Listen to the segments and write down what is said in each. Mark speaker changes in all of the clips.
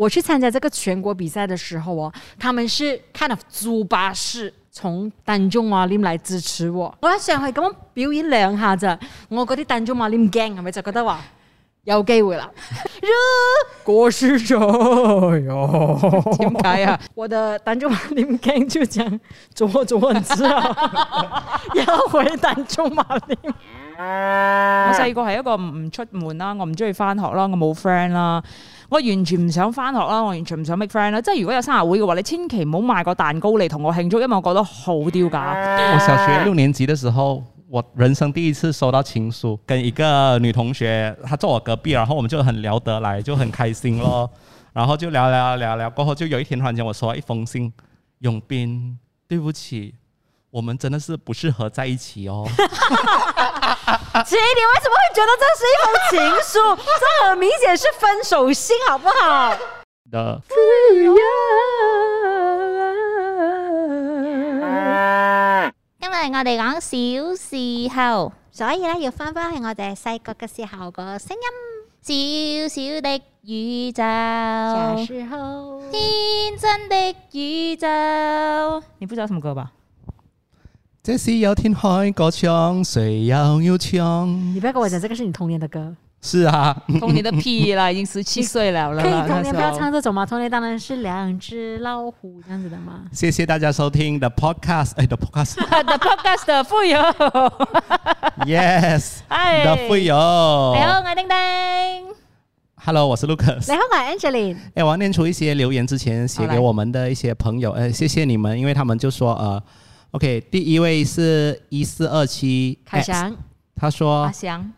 Speaker 1: 我去参加这个全国比赛的时候哦，他们是 kind of 租巴士。從鄧中馬廉嚟支持我，我一上去咁樣表演兩下咋，我嗰啲鄧中馬啊廉驚係咪就覺得話 有機會啦？果是這 樣，點解 啊？我的膽中馬廉驚就講左左唔知啊，要回膽中啊馬廉。
Speaker 2: 我細個係一個唔出門啦，我唔中意翻學啦，我冇 friend 啦，我完全唔想翻學啦，我完全唔想 make friend 啦。即係如果有生日會嘅話，你千祈唔好買個蛋糕嚟同我慶祝，因為我覺得好丟架。
Speaker 1: 啊
Speaker 3: 我小学六年级的时候，我人生第一次收到情书，跟一个女同学，她坐我隔壁，然后我们就很聊得来，就很开心咯。 然后就聊聊聊聊，过后就有一天突然间我收到一封信，永斌，对不起，我们真的是不适合在一起哦。
Speaker 1: 姐，你为什么会觉得这是一封情书？这很明显是分手信，好不好？
Speaker 3: 的，
Speaker 4: 因為我哋講小時候，
Speaker 5: 所以咧要翻返去我哋細個嘅時候個聲
Speaker 4: 小小的宇宙，
Speaker 5: 音，小時候。
Speaker 4: 天真的宇宙。
Speaker 2: 你不知道什麼歌吧？
Speaker 3: 这是有天开个枪，谁又要枪？
Speaker 1: 你不要跟我讲这个是你童年的歌，
Speaker 3: 是啊，
Speaker 2: 童年的 屁啦，已經十七歲了啦。
Speaker 1: 可以童
Speaker 2: 那
Speaker 1: 年
Speaker 2: 時
Speaker 1: 不要
Speaker 2: 候
Speaker 1: 唱这种吗？童年当然是两只老虎这样子的 嘛。
Speaker 3: 谢谢大家收听 The Podcast，哎，The Podcast，Yes，The
Speaker 2: The podcast 的富有，哎
Speaker 3: 富有
Speaker 4: 你好，我係丁丁。
Speaker 3: ，Hello，我是 Lucas
Speaker 1: 你。好，我係 Angeline，
Speaker 3: 哎，我要念出一些留言之前写给我们的一些朋友，呃，谢谢你们，因为他们就说呃，OK，第一位是一四二七
Speaker 1: 凯，翔
Speaker 3: 他说
Speaker 2: 阿翔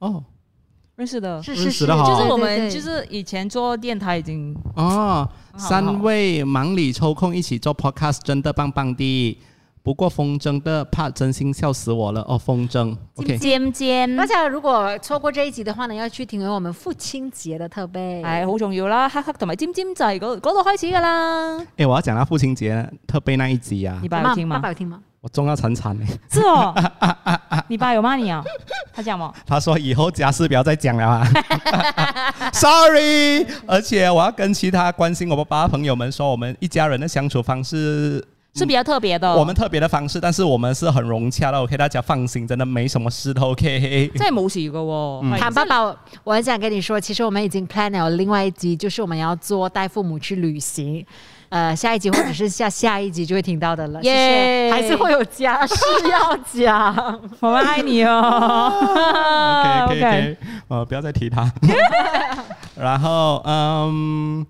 Speaker 3: 哦
Speaker 2: 啊認識的，
Speaker 1: 是
Speaker 3: 认
Speaker 1: 是
Speaker 3: 识
Speaker 1: 是，
Speaker 3: 的哈
Speaker 2: 就是我
Speaker 1: 对
Speaker 2: 們
Speaker 1: 对对
Speaker 2: 就是以前做電台已經
Speaker 3: 哦，
Speaker 2: 很好很
Speaker 3: 三
Speaker 2: 好
Speaker 3: 位忙里抽空一起做 podcast，真的棒棒的。不过风筝的怕真心笑死我了哦，风筝，OK，
Speaker 4: 尖尖
Speaker 1: 大，家如果错过这一集的话呢，要去听我们父亲节的特备。
Speaker 2: 係好重要啦，黑黑同埋尖尖就係嗰嗰度開始噶啦。
Speaker 3: 哎，我要讲到父亲节特备那一集啊
Speaker 2: 你，爸有
Speaker 1: 爸
Speaker 2: 聽
Speaker 1: 爸
Speaker 2: 嗎？
Speaker 1: 爸有听吗？
Speaker 3: 我中到惨惨欸嘞。
Speaker 2: 是哦，你爸有罵你啊？他講冇？
Speaker 3: 他说以后家事不要再讲了啊 ，sorry。而且我要跟其他关心我爸爸的朋友们说，我们一家人的相处方式，
Speaker 2: 是比較特別的。
Speaker 3: 嗯我们特别的方式，但是我们是很融洽的，OK，大家放心，真的没什么事的，OK。
Speaker 2: 真係冇事噶喎。
Speaker 1: 坦
Speaker 2: 係
Speaker 1: 白吧，我很想跟你说，其实我们已经 plan 了另外一集，就是我们要做带父母去旅行。呃，下一集或者是下下一集就会听到的了。谢谢
Speaker 2: 耶
Speaker 1: 还是会有家事要讲。
Speaker 2: 我 们愛你哦。
Speaker 3: OK OK OK，呃，不要再提他。然后，嗯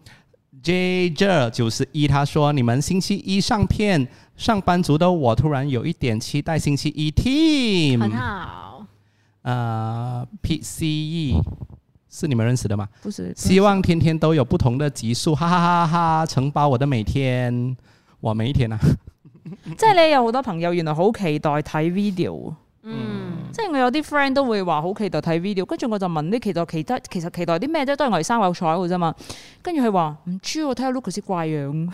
Speaker 3: ，J J 九十一他说：“你们星期一上片，上班族的我突然有一点期待星期一 team。”
Speaker 1: 很好，
Speaker 3: 呃，PCE 是你们认识的吗？
Speaker 2: 不是
Speaker 3: 希望天天都有不同的集数，哈哈哈哈！承包我的每天，我每一天 啊，
Speaker 2: 即係你有好多朋友原來好期待睇 video 啊。
Speaker 1: 嗯，
Speaker 2: 即係我有啲 friend 都會話好期待睇 video，跟住我就問你期待期待其實期待啲咩啫？都係我哋三個有彩嘅啫嘛。跟住佢話唔知喎，睇下 Lucas 怪樣。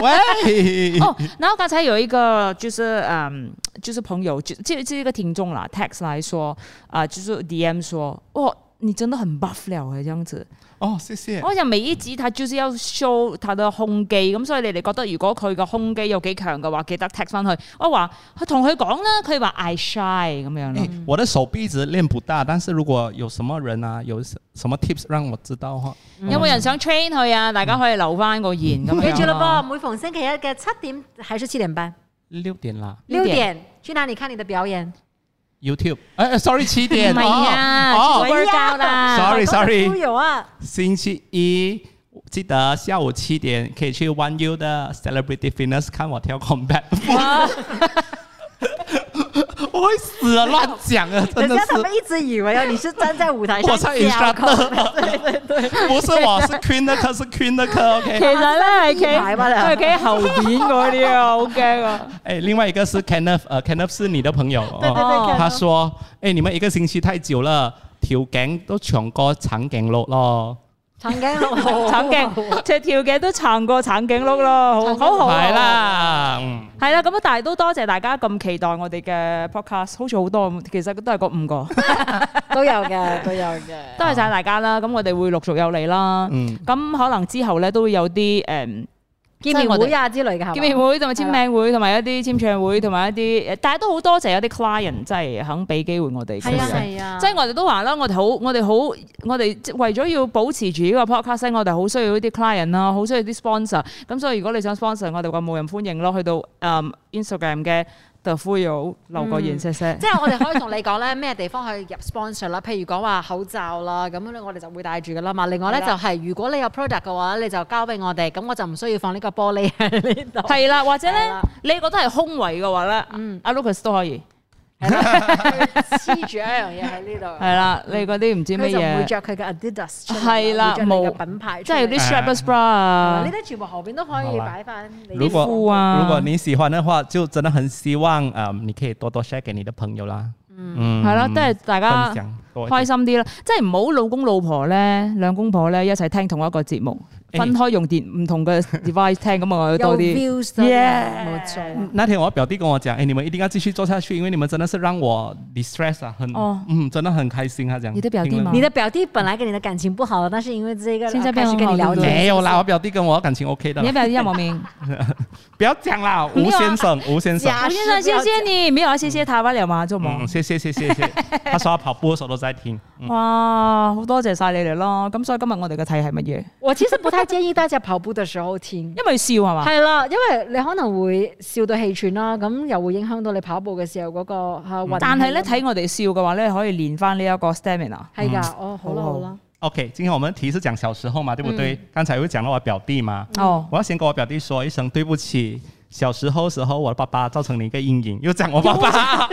Speaker 3: 喂，
Speaker 2: 哦，然后刚才有一个就是嗯，就是朋友就这这一个听众啦，text 来说啊、就是 DM 说，哦，你真的很 buff 了诶，这样子。
Speaker 3: 哦，谢谢。
Speaker 2: 我就每一集他就是要 show 他嘅胸肌，咁所以你哋覺得如果佢嘅胸肌有幾強嘅話，記得 text 翻去。我話佢同佢講啦，佢話 I shy 咁樣咯
Speaker 3: 哎。，我的手臂一直练不大，但是如果有什么人啊，有什什么 tips 让我知道的话，
Speaker 2: 有冇人想 train 佢啊？大家可以留翻個言咁
Speaker 1: 记住
Speaker 2: 樣
Speaker 1: 了
Speaker 3: 哎
Speaker 2: 咯。
Speaker 1: 不？每逢星期一嘅七點还是七點半、
Speaker 3: 六点啦
Speaker 1: 六
Speaker 2: 六點
Speaker 1: 點去哪里看你的表演？
Speaker 3: ，YouTube，哎哎，sorry，七
Speaker 4: 唔
Speaker 3: 点，
Speaker 4: 係啊
Speaker 3: 哦
Speaker 4: 做 workout 啦。
Speaker 3: Sorry，
Speaker 1: 哦都
Speaker 3: Sorry，
Speaker 1: 有啊，
Speaker 3: 星期一记得下午七点可以去 One U 的 Celebrity Fitness 看我跳 combat。我会死啊！乱讲啊，
Speaker 1: 人
Speaker 3: 真的
Speaker 1: 家
Speaker 3: 是
Speaker 1: 他，们一直以为啊，你是站在舞台上
Speaker 3: 我上
Speaker 1: 教
Speaker 3: instructor，不 是我是 Queen 的课，是 Queen 的课。
Speaker 2: 其
Speaker 3: OK，
Speaker 2: 實咧係企
Speaker 1: 排吧啦
Speaker 2: 佢係企喺後邊嗰啲啊，好驚 啊！
Speaker 3: 哎，另外一个是 Kenneth，呃，Kenneth 是你的朋友
Speaker 1: 对对
Speaker 3: 哦。
Speaker 1: 对，
Speaker 3: 他說：，哎，你們一個星期太久了，條頸都長過長頸鹿咯。
Speaker 1: 橙頸 鹿，
Speaker 2: 橙頸隻條頸都撐過橙頸鹿咯，好好好啊
Speaker 3: 係。啦，嗯
Speaker 2: 係啦，咁啊，但係都多謝大家咁期待我哋嘅 podcast，好似好多，其實都係嗰五個，
Speaker 1: 都有嘅，都有嘅。
Speaker 2: 多謝晒大家啦。咁我哋會陸續有嚟啦。
Speaker 3: 嗯，
Speaker 2: 咁可能之後咧都會有啲誒
Speaker 1: 見面會啊之類嘅係嘛
Speaker 2: 見面會同埋簽名會，同埋一啲簽唱會，同埋一啲，但係都好多謝有啲 client 真係肯俾機會我哋。
Speaker 1: 係啊係啊，
Speaker 2: 即係我哋都話啦，我哋好，我哋好，我哋即係為咗要保持住呢個 podcast，我哋好需要呢啲 client 啦，好需要啲 sponsor。咁所以如果你想 sponsor，我哋話冇人歡迎咯，去到誒、嗯 Instagram 嘅 The Fuyoh 留個言謝謝。
Speaker 1: 嗯即係我哋可以同你講咧，咩地方去入 sponsor 啦？譬如講話口罩啦，咁樣我哋就會戴住噶啦嘛。另外咧
Speaker 2: 係
Speaker 1: 就
Speaker 2: 啦
Speaker 1: 係如果你有 product 嘅話，你就交俾我哋，咁我就唔需要放呢個玻璃 喺呢度。
Speaker 2: 係啦，或者
Speaker 1: 係
Speaker 2: 咧
Speaker 1: 啦，
Speaker 2: 你覺得係空位嘅話咧，
Speaker 1: 嗯
Speaker 2: 阿 Lucas 都可以。
Speaker 1: 黐住一樣嘢喺
Speaker 3: 啊
Speaker 1: 呢
Speaker 2: 係啦，你嗰啲唔知
Speaker 1: 度，
Speaker 2: 乜
Speaker 1: 佢就唔會
Speaker 2: 嘢，
Speaker 1: 着佢嘅 Adidas 出嚟
Speaker 2: 係
Speaker 1: 唔
Speaker 2: 啦
Speaker 1: 會着你
Speaker 2: 冇
Speaker 1: 嘅品牌出
Speaker 2: 即
Speaker 1: 嚟，哦
Speaker 2: 係啲 strapless bra 啊
Speaker 1: 呢。啲全部後邊都可以擺翻你
Speaker 3: 如
Speaker 1: 啲
Speaker 3: 果
Speaker 2: 褲啊
Speaker 3: 如果你喜歡的話，就真的很希望，嗯，你可以多多 share 給你的朋友啦，嗯，
Speaker 2: 係啦，即係大家
Speaker 3: 分享多一點
Speaker 2: 開心啲啦，即係唔好老公老婆咧，兩公婆咧一齊聽同一個節目，
Speaker 3: 誒
Speaker 2: 分開用電唔同嘅 device 聽，咁我多
Speaker 1: 有
Speaker 2: 啲。
Speaker 1: views 嘅
Speaker 2: Yeah
Speaker 1: 冇錯。
Speaker 3: 那天我表弟跟我講，誒、哎你們一定要繼續做下去，因為你們真的是讓我 distress 啊，很，
Speaker 2: 哦
Speaker 3: 嗯，真的很開心啊，這樣。
Speaker 2: 你的表弟
Speaker 3: 聽了
Speaker 2: 嗎
Speaker 1: 你的表弟本來跟你的感情不好，但是因為這個
Speaker 2: 現在
Speaker 1: 開始跟你聊
Speaker 2: 變很好
Speaker 1: 天，
Speaker 3: 沒有啦，我表弟跟我感情 OK 的
Speaker 2: 你要，
Speaker 3: 啦
Speaker 2: 不要音樂面？
Speaker 3: 不要講啦，
Speaker 2: 沒有
Speaker 3: 吳
Speaker 2: 啊
Speaker 3: 先生，吳先生，
Speaker 1: 假
Speaker 2: 吳
Speaker 1: 使
Speaker 2: 先生，謝謝你，沒有啊，謝謝台灣人嘛，做
Speaker 3: 嗯，
Speaker 2: 冇？
Speaker 3: 謝謝謝 謝謝，他說他跑步的時候都在聽，嗯，
Speaker 2: 哇，好多謝晒你哋咯。咁所以今日我哋嘅題係乜嘢？
Speaker 1: 我其實不太建議大家跑步的時候聽。
Speaker 2: 因為笑係嘛？
Speaker 1: 係啦，因為你可能會笑到氣喘啦，咁又會影響到你跑步嘅時候嗰個嚇運氣啦。
Speaker 2: 嗯但係咧睇我哋笑嘅話咧，可以練翻呢一個 stamina。
Speaker 1: 係㗎，
Speaker 3: 嗯
Speaker 1: 哦，好啦
Speaker 2: 好
Speaker 3: 啊
Speaker 2: 好
Speaker 1: 好啦，
Speaker 3: OK，今天我們題是講小時候嘛，對不對？
Speaker 2: 嗯
Speaker 3: 剛才又講到我表弟嘛，
Speaker 2: 哦，
Speaker 3: 我要先跟我表弟說一聲對不起，小時候時候我的爸爸造成你一個陰影，又講我爸 爸，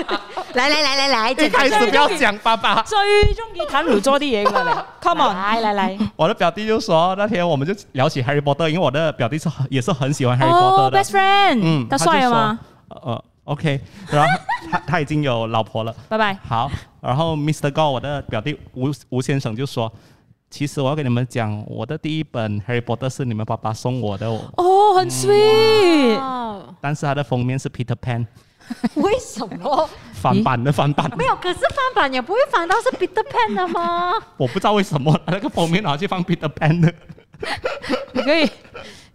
Speaker 5: 来来来来来，
Speaker 3: 一開始不要講爸爸。
Speaker 2: 最中意坦露咗啲嘢㗎啦你，come on！
Speaker 1: 嚟嚟嚟，
Speaker 3: 我的表弟就說那天我們就聊起 Harry Potter，因為我的表弟是很也是很喜歡 Harry Potter
Speaker 2: 哦
Speaker 3: 的。
Speaker 2: ，best friend，
Speaker 3: 嗯，
Speaker 2: 得
Speaker 3: 他就
Speaker 2: 帥啊
Speaker 3: 說
Speaker 2: 嘛，？
Speaker 3: 呃，OK，然后他 他已经有老婆了。
Speaker 2: 拜拜。
Speaker 3: 好，然后 Mr. Go，我的表弟吴吴先生就说，其实我要跟你们讲，我的第一本 Harry Potter 是你们爸爸送我的，哦，
Speaker 2: 哦，很 sweet。
Speaker 3: 啊
Speaker 1: 哦，
Speaker 3: 但是它的封面是 Peter Pan
Speaker 1: 為什 麼？
Speaker 3: 翻版的翻版，
Speaker 1: 沒有，可是翻版也不會翻到是 Peter Pan 的 嗎？
Speaker 3: 我不知道为什么 那个封面拿去放 Peter Pan 的。
Speaker 2: 你可以，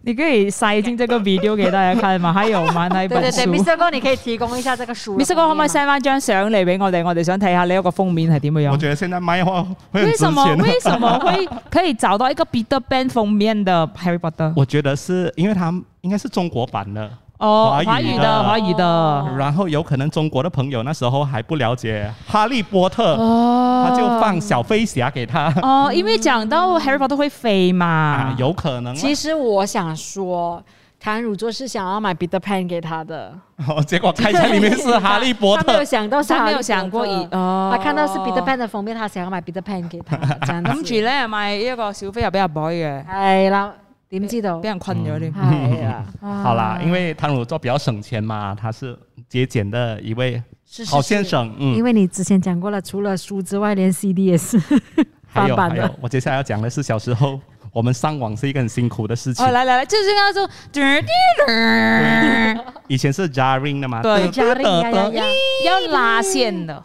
Speaker 2: 你可以晒整这個 video 給大家看嘛，還有買那 一
Speaker 1: 對對
Speaker 2: 本
Speaker 1: 對
Speaker 2: 書。
Speaker 1: ，Mr 哥，你可以提供一下這個書。
Speaker 2: Mr 哥可
Speaker 1: 啊
Speaker 2: 唔可以 send 翻張相嚟俾我哋？我哋想睇下你一個封面係點嘅
Speaker 3: 我
Speaker 2: 樣。
Speaker 3: 觉得现在卖货会很
Speaker 2: 為
Speaker 3: 值
Speaker 2: 什麼
Speaker 3: 钱。啊
Speaker 2: 為什麼會可以找到一個 Peter Pan 封面的 Harry Potter？
Speaker 3: 我觉得是因为它应该是中国版的。
Speaker 2: 哦，
Speaker 3: 華
Speaker 2: 華
Speaker 3: 語
Speaker 2: 語
Speaker 3: 的
Speaker 2: 的，華語
Speaker 1: 啊
Speaker 2: 的。
Speaker 3: 然后有可能中国的朋友那时候还不了解《哈利波特》
Speaker 2: 哦，
Speaker 3: 他就放小飞侠给他、
Speaker 1: 啊
Speaker 2: 哦，因為講到 Harry Potter 會飛嘛
Speaker 3: 啊，。有可能啊。
Speaker 1: 其實我想說，谭汝作是想要買 Peter Pan 給他的，
Speaker 3: 哦，结果开箱里面是哈利波
Speaker 1: 他没有
Speaker 3: 特，
Speaker 1: 想到是
Speaker 2: 他
Speaker 1: 哈
Speaker 2: 沒
Speaker 1: 利
Speaker 2: 有
Speaker 1: 波特，
Speaker 2: 想過以哦
Speaker 1: 他看到是 Peter Pan 的封面，他想要買 Peter Pan 給 他，這樣子
Speaker 2: 諗住咧買一個小飛俠俾阿 boy 嘅，
Speaker 1: 係啦，點知道
Speaker 2: 俾？人困咗添。
Speaker 1: 係啦。
Speaker 3: 嗯 好啦，
Speaker 1: 啊
Speaker 3: 因为汤姆做比较省钱嘛，他是节俭的一位
Speaker 1: 是
Speaker 3: 好先，生，
Speaker 1: 是是因
Speaker 3: 嗯。
Speaker 1: 为你之前讲过了，除了书之外，连 CD 也是
Speaker 3: 还 有
Speaker 1: 翻版
Speaker 3: 还有
Speaker 1: 的。，
Speaker 3: 我接下来要讲的是小时候我们上网是一个很辛苦的事情
Speaker 2: 哦，，来来来，就是那种，
Speaker 3: 以前是 jarring 的嘛，
Speaker 2: 对
Speaker 3: 嘚嘚嘚
Speaker 1: 呀呀
Speaker 3: 嘚
Speaker 1: 呀！
Speaker 2: 要拉線的。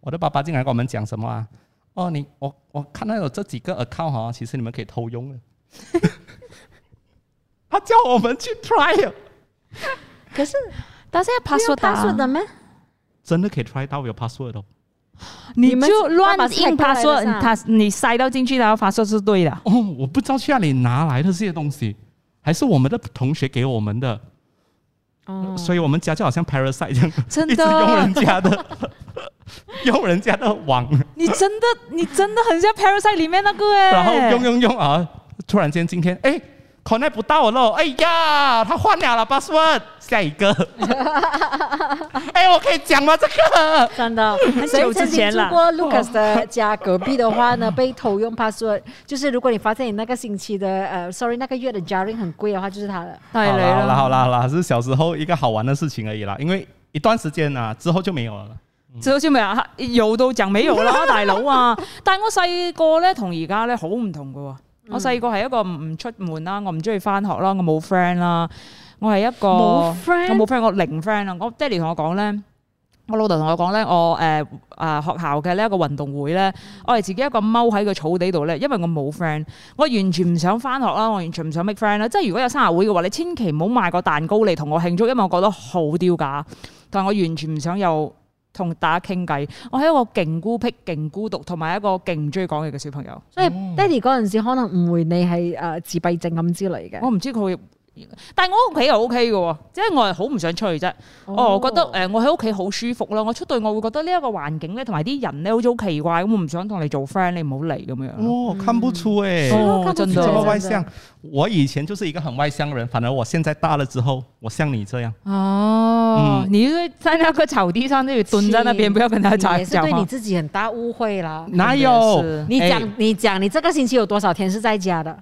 Speaker 3: 我的爸爸竟然跟我们讲什么啊？哦，你我我看到有这几个 account 哈，其实你们可以偷用的。 他叫我们去 try，啊
Speaker 1: 可是
Speaker 2: 但是要 password
Speaker 1: 他说
Speaker 2: 的
Speaker 1: 的
Speaker 2: 啊，
Speaker 1: 咩？
Speaker 3: 真的可以 try 到有 password 的哦。
Speaker 2: 你
Speaker 1: 们
Speaker 2: 就乱
Speaker 1: 爸爸是
Speaker 2: 印
Speaker 1: 派过来
Speaker 2: password，
Speaker 1: 的是吧
Speaker 2: 他你塞到进去，然后 password 是对的。
Speaker 3: 哦，我不知道去哪里拿来的这些东西，还是我们的同学给我们的，
Speaker 1: 哦，
Speaker 3: 所以我们家就好像 parasite 这样，
Speaker 2: 真的
Speaker 3: 一直用人家的， 用人家的网，
Speaker 2: 你真的，你真的很像 Parasite 里面那个哎。
Speaker 3: 然后用用用啊，突然间今天哎。connect 不到了，哎呀，他换了了 password，下一个。哎，我可以讲吗？这个？
Speaker 1: 真 的，很
Speaker 2: 久之前了哦
Speaker 1: 住过 Lucas 的家隔壁的话呢， 被偷用 password，就是如果你发现你那个星期的呃，sorry 那个月的 jarring 很贵的话，就是他的。
Speaker 2: 對
Speaker 3: 好
Speaker 2: 你
Speaker 3: 啦好啦好
Speaker 2: 啦，
Speaker 3: 啦好啦，是小时候一个好玩的事情而已啦，因为一段时间啊之后就没有了。
Speaker 2: 最好先咪啊， 有到就未有啦，大佬啊！但係我細個咧同而家咧好唔同噶喎。
Speaker 1: 嗯
Speaker 2: 我細個係一個唔出門啦，我唔中意翻學啦，我冇 friend 啦，我係一個
Speaker 1: 冇 friend？
Speaker 2: 我冇 friend，我零 friend 啊！我爹哋同我講咧，我老豆同我講咧，我誒啊、學校嘅呢一個運動會咧，我係自己一個踎喺個草地度咧，因為我冇 friend，我完全唔想翻學啦，我完全唔想 make friend 啦。即係如果有生日會嘅話，你千祈唔好買個蛋糕嚟同我慶祝，因為我覺得好丟架，但係我完全唔想有。同大家傾偈，我係一個勁孤僻、勁孤獨，同埋一個勁唔中意講嘢嘅小朋友。
Speaker 1: 所以
Speaker 2: 哦
Speaker 1: 爹哋嗰陣時可能誤會你係誒自閉症咁之類嘅。
Speaker 2: 我唔知佢會，但係我屋企又 O K 嘅喎，即係我係好唔想出去啫。哦，我覺得誒、呃我喺屋企好舒服咯。我出到去我會覺得呢一個環境咧，同埋啲人咧好似好奇怪咁，我唔想同你做 friend，你唔好嚟咁樣。
Speaker 3: 哦，看不出哎、
Speaker 2: 哦
Speaker 1: 哦
Speaker 2: 真
Speaker 3: 你
Speaker 2: 的
Speaker 3: 这么
Speaker 2: 真
Speaker 3: 外向。我以前就是一个很外向的人，反而我现在大了之后，我像你这样。
Speaker 2: 哦，你就是在那个草地上，那里蹲在那边，不要跟他
Speaker 1: 你
Speaker 2: 讲
Speaker 1: 也是对
Speaker 2: 讲
Speaker 1: 你
Speaker 2: 话。嗯
Speaker 1: 自己很大误会啦。
Speaker 3: 哪
Speaker 2: 真
Speaker 3: 有
Speaker 2: 的是？
Speaker 1: 你
Speaker 3: 哎
Speaker 1: 讲，你讲，你这个星期有多少天是在家 的？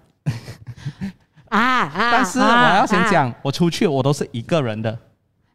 Speaker 1: 啊啊！
Speaker 3: 但是我
Speaker 1: 啊
Speaker 3: 要先，
Speaker 1: 啊
Speaker 3: 讲，我出去我都是一个人的。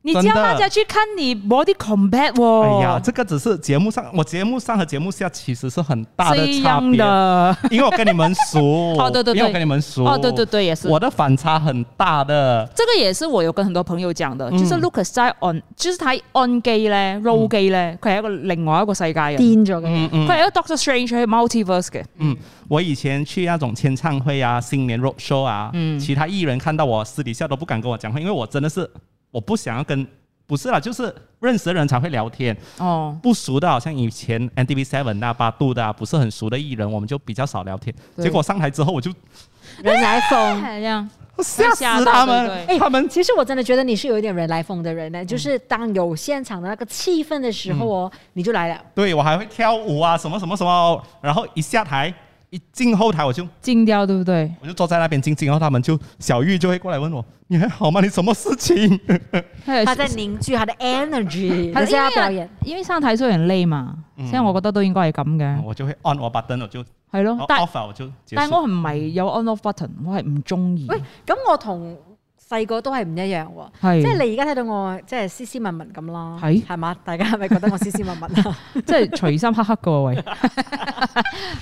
Speaker 2: 你
Speaker 3: 真
Speaker 2: 叫
Speaker 3: 的
Speaker 2: 大家去看你 body combat
Speaker 3: 哎呀，
Speaker 2: 喎，
Speaker 3: 这个只是节目上，我节目上和节目下其实是很大的
Speaker 2: 一
Speaker 3: 差
Speaker 2: 样
Speaker 3: 别，
Speaker 2: 的。。
Speaker 3: 因为我跟你们熟
Speaker 2: 哦对对对
Speaker 3: 因为我跟你们熟。
Speaker 2: 哦，对对对，也是。
Speaker 3: 我的反差很大的。
Speaker 2: 这个也是我有跟很多朋友講的，
Speaker 3: 嗯
Speaker 2: 就是 Lucas 在 on，就是睇 on 機咧，roll 機咧，佢係一個另外一個世界嘅人，
Speaker 1: 癲咗嘅，
Speaker 3: 嗯嗯
Speaker 2: 佢，係一個 Doctor Strange 去 multiverse 嘅，
Speaker 3: 嗯，我以前去那种签唱会啊、新年 road show 啊，
Speaker 2: 嗯
Speaker 3: 其他艺人看到我私底下都不敢跟我讲话，因为我真的是我不想要跟，不是啦，就是认识的人才会聊天，
Speaker 2: 哦，
Speaker 3: 不熟的，好像以前 NTV Seven 啊、八度的、啊，不是很熟的艺人，我们就比较少聊天。
Speaker 2: 对
Speaker 3: 结果上台之后，我就
Speaker 1: 人来疯。
Speaker 2: 係啊，
Speaker 3: 吓
Speaker 2: 吓
Speaker 3: 死
Speaker 2: 到
Speaker 3: 他
Speaker 2: 对
Speaker 3: 们，
Speaker 1: 哎
Speaker 3: 他们
Speaker 1: 其实我真的觉得你是有一点人来疯的人
Speaker 2: 嗯
Speaker 1: 呢，就是当有现场的那个气氛的时候哦，你就来了。
Speaker 3: 对我还会跳舞啊，什么什么什么，然后一下台。一进后台，我就
Speaker 2: 精雕對唔對？
Speaker 3: 我就坐在那边静静，然后他们就小玉就会过来问我：“你还好吗？你什么事情？”
Speaker 2: 佢
Speaker 1: 他在
Speaker 2: 係
Speaker 1: 凝聚他的 energy，
Speaker 2: 係
Speaker 1: 等下要
Speaker 2: 因為
Speaker 1: 表演。
Speaker 2: 因為生睇雖然累嘛，
Speaker 3: 嗯
Speaker 2: 所以我覺得都應該係咁嘅，
Speaker 3: 我就会 on 我 button，我就
Speaker 2: 係咯，但
Speaker 3: off 啊我就结
Speaker 2: 但係
Speaker 3: 束。
Speaker 2: 我唔係有 on off button，我係唔中意，
Speaker 1: 喂咁我同細個都係唔一樣喎。
Speaker 2: 係
Speaker 1: 即係你而家睇到我即係斯斯文文咁啦，
Speaker 2: 係
Speaker 1: 係嘛？大家係咪覺得我斯斯文文啊？
Speaker 2: 即 係隨心黑黑嘅 喎喂，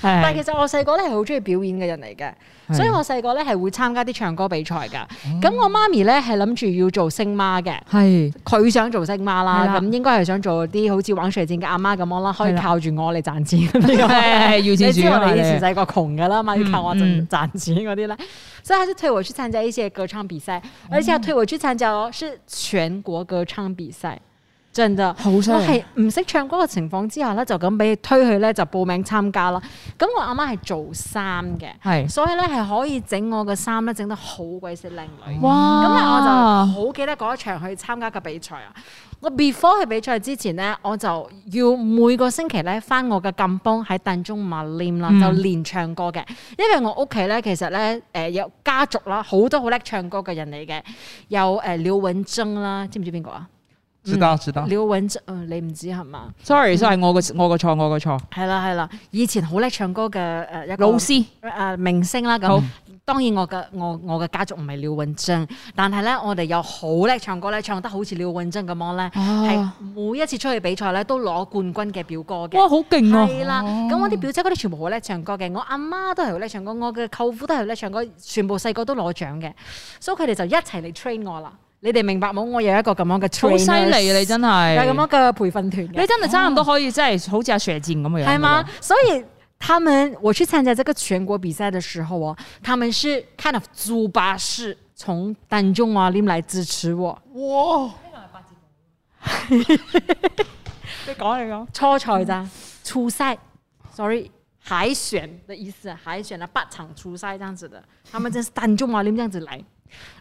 Speaker 1: 但係
Speaker 2: 係
Speaker 1: 其實我細個咧係好中意表演嘅人嚟嘅，所以我細個咧係會參加啲唱歌比賽
Speaker 2: 哦
Speaker 1: 㗎。咁我媽咪咧係諗住要做星媽嘅。
Speaker 2: 係
Speaker 1: 佢想做星媽
Speaker 2: 係
Speaker 1: 啦，
Speaker 2: 啦
Speaker 1: 咁應該係想做啲好似玩水戰嘅阿媽咁樣啦，可
Speaker 2: 係
Speaker 1: 以
Speaker 2: 啦
Speaker 1: 靠住我嚟賺錢。
Speaker 2: 係係要
Speaker 1: 你
Speaker 2: 自
Speaker 1: 知
Speaker 2: 主
Speaker 1: 我
Speaker 2: 啊嘛
Speaker 1: 哋以前
Speaker 2: 你
Speaker 1: 細個窮噶啦嘛，要靠我
Speaker 2: 嗯嗯
Speaker 1: 賺賺錢嗰啲咧，所以他就推我去參加一些歌唱比賽，
Speaker 2: 哦
Speaker 1: 而且他推我去參加哦，是全國歌唱比賽，真的。
Speaker 2: 好犀
Speaker 1: 我
Speaker 2: 利。
Speaker 1: 係唔識唱歌嘅情況之下咧，就咁俾推去咧就報名參加啦。咁我阿媽係做衫嘅，
Speaker 2: 係，
Speaker 1: 所以咧係可以整我嘅衫咧整得好鬼死靚女。
Speaker 2: 哇！
Speaker 1: 咁咧我
Speaker 2: 咁
Speaker 1: 就好記得嗰一場去參加嘅比賽啊！我 before 去比賽之前咧，我就要每個星期咧翻我嘅禁邦喺鄧中馬念啦，
Speaker 2: 嗯
Speaker 1: 就練唱歌嘅。因為我屋企咧其實咧誒有家族啦，好多好叻唱歌嘅人嚟嘅，有誒廖永征啦，知唔知邊個啊？
Speaker 3: 知道知
Speaker 2: 啊
Speaker 3: 道，
Speaker 1: 廖永征，嗯你唔知係嘛？
Speaker 2: sorry sorry，我個我個錯，我個錯。
Speaker 1: 係啦係啦，以前好叻唱歌嘅誒一個
Speaker 2: 老師
Speaker 1: 誒呃明星啦
Speaker 2: 好
Speaker 1: 咁。當然我嘅我我嘅家族唔係廖永章，但係咧我哋有好叻唱歌咧，唱得好似廖永章咁樣咧，係、
Speaker 2: 啊，
Speaker 1: 每一次出去比賽咧都攞冠軍嘅表哥
Speaker 2: 哇，
Speaker 1: 嘅。
Speaker 2: 好勁啊！
Speaker 1: 係啦，咁我啲表姐嗰啲全部好叻唱歌嘅，我阿媽都係好叻唱歌，我嘅舅父都係好叻唱歌，全部細個都攞獎嘅，所以佢哋就一齊嚟 train 我啦。你哋明白冇？我有一個咁樣嘅 train，
Speaker 2: 好犀利啊！你真係，
Speaker 1: 有咁樣嘅培訓團嘅
Speaker 2: 你。真係差唔多可以，真係好似阿蛇戰咁嘅樣。
Speaker 1: 係嗎？？所以他們我去參加這個全國比賽的時候哦，他們是 kind of 租巴士從丹中啊拎來支持我。
Speaker 3: 哇！
Speaker 2: 你講你講，
Speaker 1: 初賽咋？初賽，sorry，海選的意思，海選了八場初賽這樣子的，他們真是丹中啊拎這樣子來。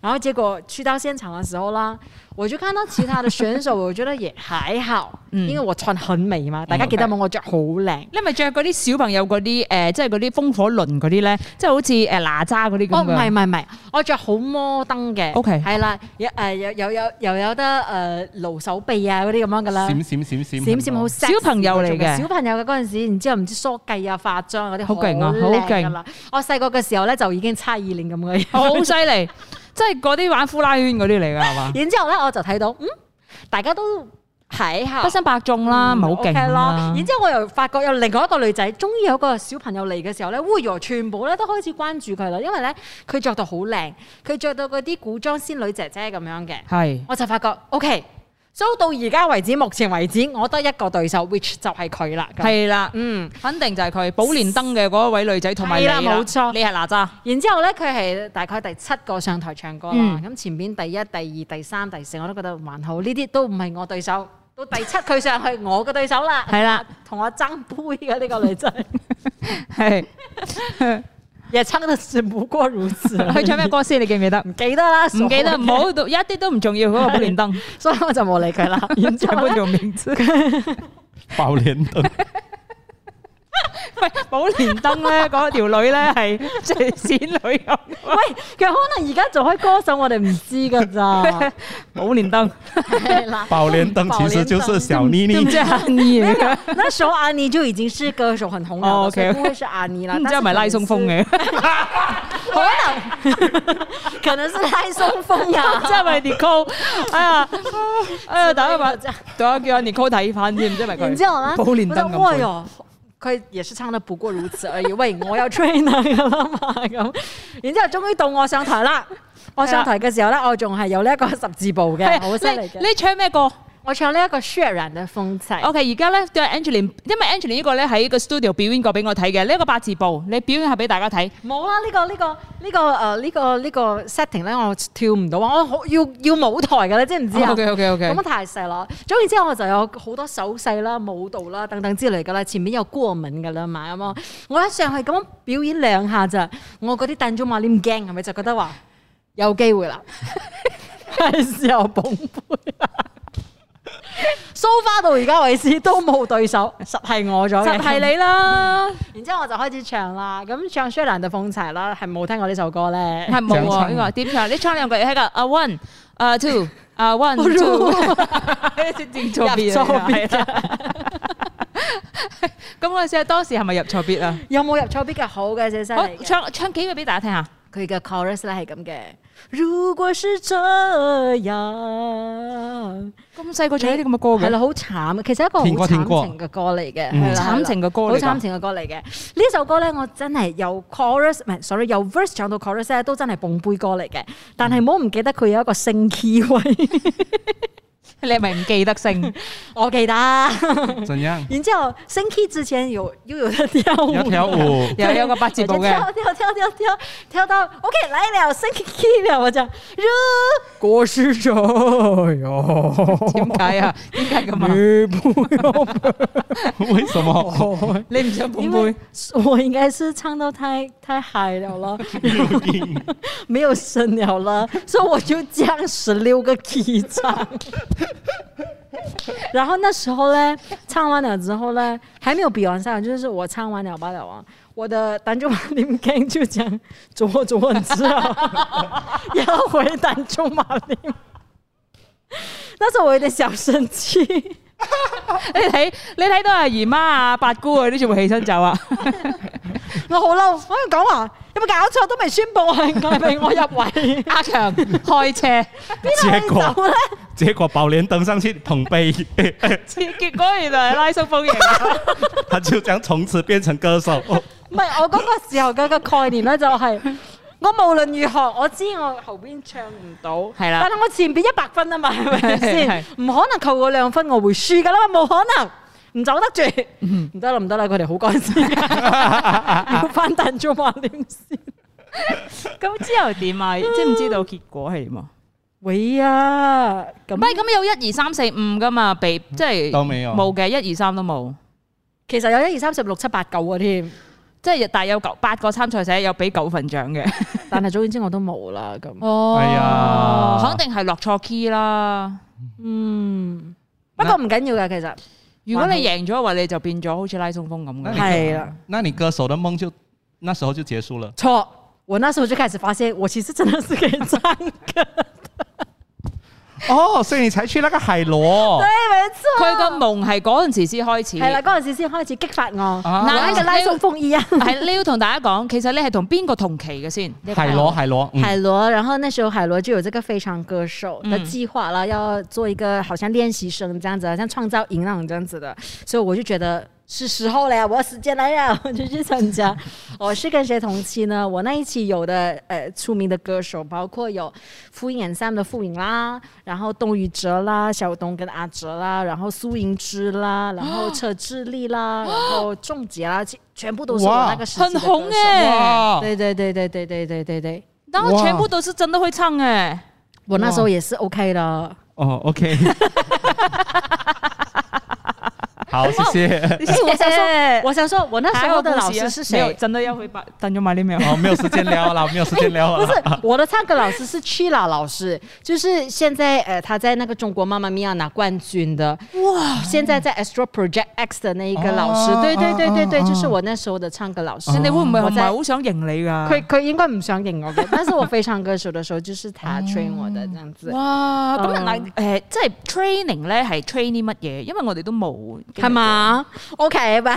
Speaker 1: 然後結果去到現場的時候啦，我就看到其他的選手，我覺得也還好，
Speaker 2: 嗯
Speaker 1: 因為我穿很美嘛，大家記得冇？我着好靚。
Speaker 2: 你咪着嗰啲小朋友嗰啲誒，即係嗰啲風火輪嗰啲咧，即係好似誒哪吒嗰啲
Speaker 1: 哦，
Speaker 2: 咁
Speaker 1: 唔係
Speaker 2: 嘅。
Speaker 1: 唔係唔係，我着好摩登嘅
Speaker 2: OK
Speaker 1: 係啦，有誒有有有又有得誒露手臂啊嗰啲咁樣噶啦，
Speaker 3: 閃閃閃閃，
Speaker 1: 閃閃好 sexy
Speaker 2: 小朋友嚟嘅
Speaker 1: 嗰種小朋友嘅嗰陣時，然之後唔知梳計啊、化妝嗰啲
Speaker 2: 好勁啊好
Speaker 1: 靚㗎
Speaker 2: 勁
Speaker 1: 啦！我細個嘅時候咧就已經差二年咁嘅樣，
Speaker 2: 好犀利， 即係嗰啲玩呼啦圈嗰啲嚟㗎係嘛？
Speaker 1: 然之後咧我就睇到，嗯，大家都睇下
Speaker 2: 不。身伯仲啦，唔係好勁
Speaker 1: 嗯 OK
Speaker 2: 啊啦
Speaker 1: 啦，。然之後我又發覺有另外一個女仔，終於有個小朋友嚟嘅時候咧，哎呦，全部咧都開始關注佢啦，因為咧佢着到好靚，佢着到嗰啲古裝仙女姐姐咁樣嘅，
Speaker 2: 係
Speaker 1: 我就發覺 OK。所以到而家為止，目前為止我得一個對手，which 就係佢啦。咁，
Speaker 2: 係啊啦，
Speaker 1: 嗯。
Speaker 2: 肯定就係佢寶蓮燈嘅嗰位女仔同埋
Speaker 1: 係
Speaker 2: 你
Speaker 1: 啦冇錯
Speaker 2: 你係哪吒。
Speaker 1: 然之後咧，佢係大概第七個上台唱歌啦。
Speaker 2: 嗯
Speaker 1: 咁、前邊第一、第二、第三、第四，我都覺得還好。呢啲都唔係我對手。到第七佢上去，我嘅對手啦，
Speaker 2: 係啦，
Speaker 1: 同我爭杯嘅呢個女仔，
Speaker 2: 係
Speaker 1: 也撐得是不過如 此。
Speaker 2: 佢唱咩歌先？你記唔記得？
Speaker 1: 唔記得啦，
Speaker 2: 唔記得，唔好一啲都唔重要。嗰個寶蓮燈，
Speaker 1: 所以我就冇理 佢啦。然之
Speaker 2: 唱
Speaker 1: 後
Speaker 2: 觀
Speaker 1: 咧，
Speaker 2: 眾名字。
Speaker 3: 爆脸灯，
Speaker 2: 喂，寶蓮燈咧，嗰條 女咧係即係仙女咁。
Speaker 1: 喂，其實可能而家做開歌手，我哋唔知 㗎咋。
Speaker 2: 寶 蓮燈，
Speaker 1: 係啦
Speaker 3: 爆脸灯其實就是小妮妮
Speaker 2: 唔。知係你 嚟嘅，
Speaker 1: 那時候阿妮就已經是歌手很紅了，
Speaker 2: 哦
Speaker 1: 所以
Speaker 2: OK，OK
Speaker 1: 不會是阿 妮啦。
Speaker 2: 唔知
Speaker 1: 但
Speaker 2: 係
Speaker 1: 是
Speaker 2: 咪拉松風嘅？
Speaker 1: 可 能可能是太松風啊，
Speaker 2: 即係咪 Nicole？哎 呀，哎呀，大家話，
Speaker 1: 真係
Speaker 2: 大家叫阿 Nicole 睇翻先，唔知係咪佢？
Speaker 1: 然之後咧，
Speaker 2: 寶蓮燈
Speaker 1: 我就哎
Speaker 2: 咁配。
Speaker 1: 呦，佢也是唱得不過如此而已。喂，我有 trainer 噶啦嘛咁。然之後終於到我上台 啦。我上台嘅時候咧，我仲係有呢一個十字步
Speaker 2: 係啊
Speaker 1: 嘅，好犀利
Speaker 2: 你
Speaker 1: 嘅。
Speaker 2: 你唱咩歌
Speaker 1: 我唱呢一個血染的風采。
Speaker 2: ？OK，而家咧對 Angeline，因為 Angeline 呢個咧喺個 studio 表演過俾我睇嘅，呢一個八字步，你表演下俾大家睇。
Speaker 1: 冇啦，呢、個呢、個呢、個誒呢、個呢、個 setting 咧，我跳唔到啊！我好要要舞台㗎啦，知唔
Speaker 2: 哦
Speaker 1: 知啊？
Speaker 2: OK，OK，OK
Speaker 1: 咁我太細啦。總言之，我就有好多手勢啦、舞蹈啦等等之類㗎啦，前面有過敏㗎啦嘛咁啊！我一上去咁樣表演兩下咋，我嗰啲彈珠馬念驚啊係咪就覺得話有機會啦？ 係時候捧杯啦！蘇花到而家為止都冇對手，實係我咗嘅，
Speaker 2: 實係你 啦，
Speaker 1: 然之後我就開始唱啦，咁唱《舒蘭嘅風柴》啦，係冇聽過呢首歌咧。
Speaker 2: 係冇
Speaker 3: 掌
Speaker 2: 喎
Speaker 3: 聲
Speaker 2: 呢個點唱？你唱兩句喺個啊 one 啊 two 啊 one
Speaker 1: 我
Speaker 2: two，
Speaker 1: 入
Speaker 2: 入錯啊別
Speaker 1: 嘅，
Speaker 2: 咁我試下當時係咪入錯別啊？
Speaker 1: 有冇入錯 beat 嘅好嘅，謝犀
Speaker 2: 好
Speaker 1: 利，嘅
Speaker 2: 唱唱幾句俾大家聽下。
Speaker 1: 佢嘅 chorus 咧係咁嘅。如果是這樣，
Speaker 2: 咁細個唱呢啲咁嘅歌
Speaker 1: 係
Speaker 2: 嘅
Speaker 1: 啦，，好慘嘅，其實一個好
Speaker 3: 聽過聽過
Speaker 1: 慘情嘅歌嚟嘅，
Speaker 3: 嗯
Speaker 1: 係啦
Speaker 2: 慘情嘅歌嚟
Speaker 1: 好
Speaker 2: 㗎
Speaker 1: 慘情嘅歌嚟嘅。呢首歌咧，我真係由 chorus 唔係，sorry，由 verse 唱到 chorus 咧，都真係蹦杯歌嚟嘅。但係唔好唔記得佢有一個升 key 位，
Speaker 2: 你係咪唔記 得聲？
Speaker 1: 我記得。
Speaker 3: 怎樣？
Speaker 1: 然之後升 key 之前有又有的跳舞，
Speaker 3: 要跳舞，
Speaker 2: 又有個八字步
Speaker 1: 我就
Speaker 2: 嘅
Speaker 1: 跳。跳跳跳跳跳到 OK 來了升 key 了，我就如果是這樣，
Speaker 2: 點 解啊？點解咁啊？
Speaker 1: 你不要
Speaker 3: 為什麼？
Speaker 2: 你唔想捧
Speaker 1: 因為
Speaker 2: 杯？
Speaker 1: 我應該是唱到太太嗨了了， 沒有聲了了，所以我就降十六個 key 唱。 然後那時候呢，唱完了之後呢，還沒有比完赛，就是我唱完了罢了啊。我的单中马林 gang 就讲走我走我，你知道，要回单中马林。那时候我有點小生氣。
Speaker 2: 你睇你睇到阿姨媽啊、八姑啊，啲全部起身走 啊！
Speaker 1: 我好嬲，我要講話有冇搞錯？都未宣佈我係係咪我入 圍，
Speaker 2: 阿強開 車，
Speaker 3: 結
Speaker 1: 邊度
Speaker 3: 果
Speaker 1: 咧？
Speaker 3: 結果爆臉燈上去捧杯，
Speaker 2: 結果原來係拉叔風型。
Speaker 3: 他就將從此變成歌手。
Speaker 1: 唔係我嗰個時候嘅個概念咧，就係 我無論如何，我知我後邊唱唔到，
Speaker 2: 係啦
Speaker 1: 但係我前邊一百分啊嘛，係咪
Speaker 2: 係
Speaker 1: 先？唔可能扣我兩分，我會輸㗎啦嘛，冇可能。唔走得住，唔得啦，唔得啦，佢哋好趕時間，要翻彈做馬點先？
Speaker 2: 咁之後點啊？知唔知道結果係點啊？
Speaker 1: 喂啊，咁
Speaker 2: 唔係咁有一二三四五噶嘛，被即係
Speaker 3: 都沒有
Speaker 2: 冇嘅，一二三都冇。
Speaker 1: 其實有一二三十六七八九嘅添。
Speaker 2: 即係但係有九八個參賽者有俾九份獎嘅。
Speaker 1: 但係總言之我都冇啦咁。
Speaker 2: 哦
Speaker 3: 哎呀
Speaker 2: 肯定係落錯 key 啦。
Speaker 1: 嗯，不過唔緊要嘅其實。
Speaker 2: 如果你
Speaker 1: 還好
Speaker 2: 贏咗嘅話，你就變咗好似拉松風咁
Speaker 3: 哎
Speaker 2: 嘅。
Speaker 1: 係啦，
Speaker 3: 那你歌手的夢就那時候就結束了。
Speaker 1: 錯。 我那時候就開始發現，我其實真的是可以唱歌。
Speaker 3: 哦，所以你才去那个海螺。
Speaker 2: 佢個夢係嗰陣時先開始。
Speaker 1: 系啦，嗰阵时先開始激發我，
Speaker 3: 啊
Speaker 1: 玩嘅拉松風衣啊，
Speaker 2: 係你要同大家講，其實你係同邊個同期嘅先？
Speaker 3: 海螺，海螺，嗯
Speaker 1: 海螺。然後那時候海螺就有這個非常歌手的計劃啦，要做一個好像練習生這樣子，好啊像創造營那種這樣子的，所以我就覺得。是時候了呀， 我要時間來了，我就去參加。我是跟誰同期呢？我那一期有的呃出名的歌手，包括有傅颖 n Sam 的傅颖啦，然后董宇哲啦、小东跟阿哲啦，然后苏莹芝啦，然后车志力啦，然后仲杰啦，其全部都是我那个时期的
Speaker 2: 很
Speaker 1: 歌手
Speaker 2: 紅
Speaker 3: 哎
Speaker 2: 誒。
Speaker 3: 哇，
Speaker 1: 对对对对对对对对对，
Speaker 2: 然後全部都是真的會唱誒。
Speaker 1: 我那时候也是 OK 的。
Speaker 3: 哦，OK，好，谢谢。
Speaker 2: 其實我 想說，
Speaker 1: 我想说，我那时候的
Speaker 2: 個
Speaker 1: 老
Speaker 2: 故事啊
Speaker 1: 师是
Speaker 2: 沒有
Speaker 1: 谁？
Speaker 2: 真的要去把等咗埋啲咩？
Speaker 3: 哦，没有时间聊了，没有时间聊
Speaker 1: 不
Speaker 3: 了。
Speaker 1: 是 我的唱歌老师是 Chila 老师，就是现在呃他在那个中国妈妈咪呀拿冠军的哇，现在在 Astro Project X 的那一个老师，
Speaker 3: 哦
Speaker 1: 对对对对对，
Speaker 3: 哦哦
Speaker 1: 就是我那时候的唱歌老师。
Speaker 2: 你會唔會唔
Speaker 1: 哦我
Speaker 2: 係
Speaker 1: 在
Speaker 2: 好想認你㗎？
Speaker 1: 佢佢應該唔想 認我嘅，但是我非唱歌手的時候就是他 train 我的這樣子，
Speaker 2: 哇！咁啊
Speaker 1: 嗯
Speaker 2: 嗱誒，即係 training 咧係 train 啲乜嘢？因為我哋都冇，
Speaker 1: 係？嘛？OK 吧，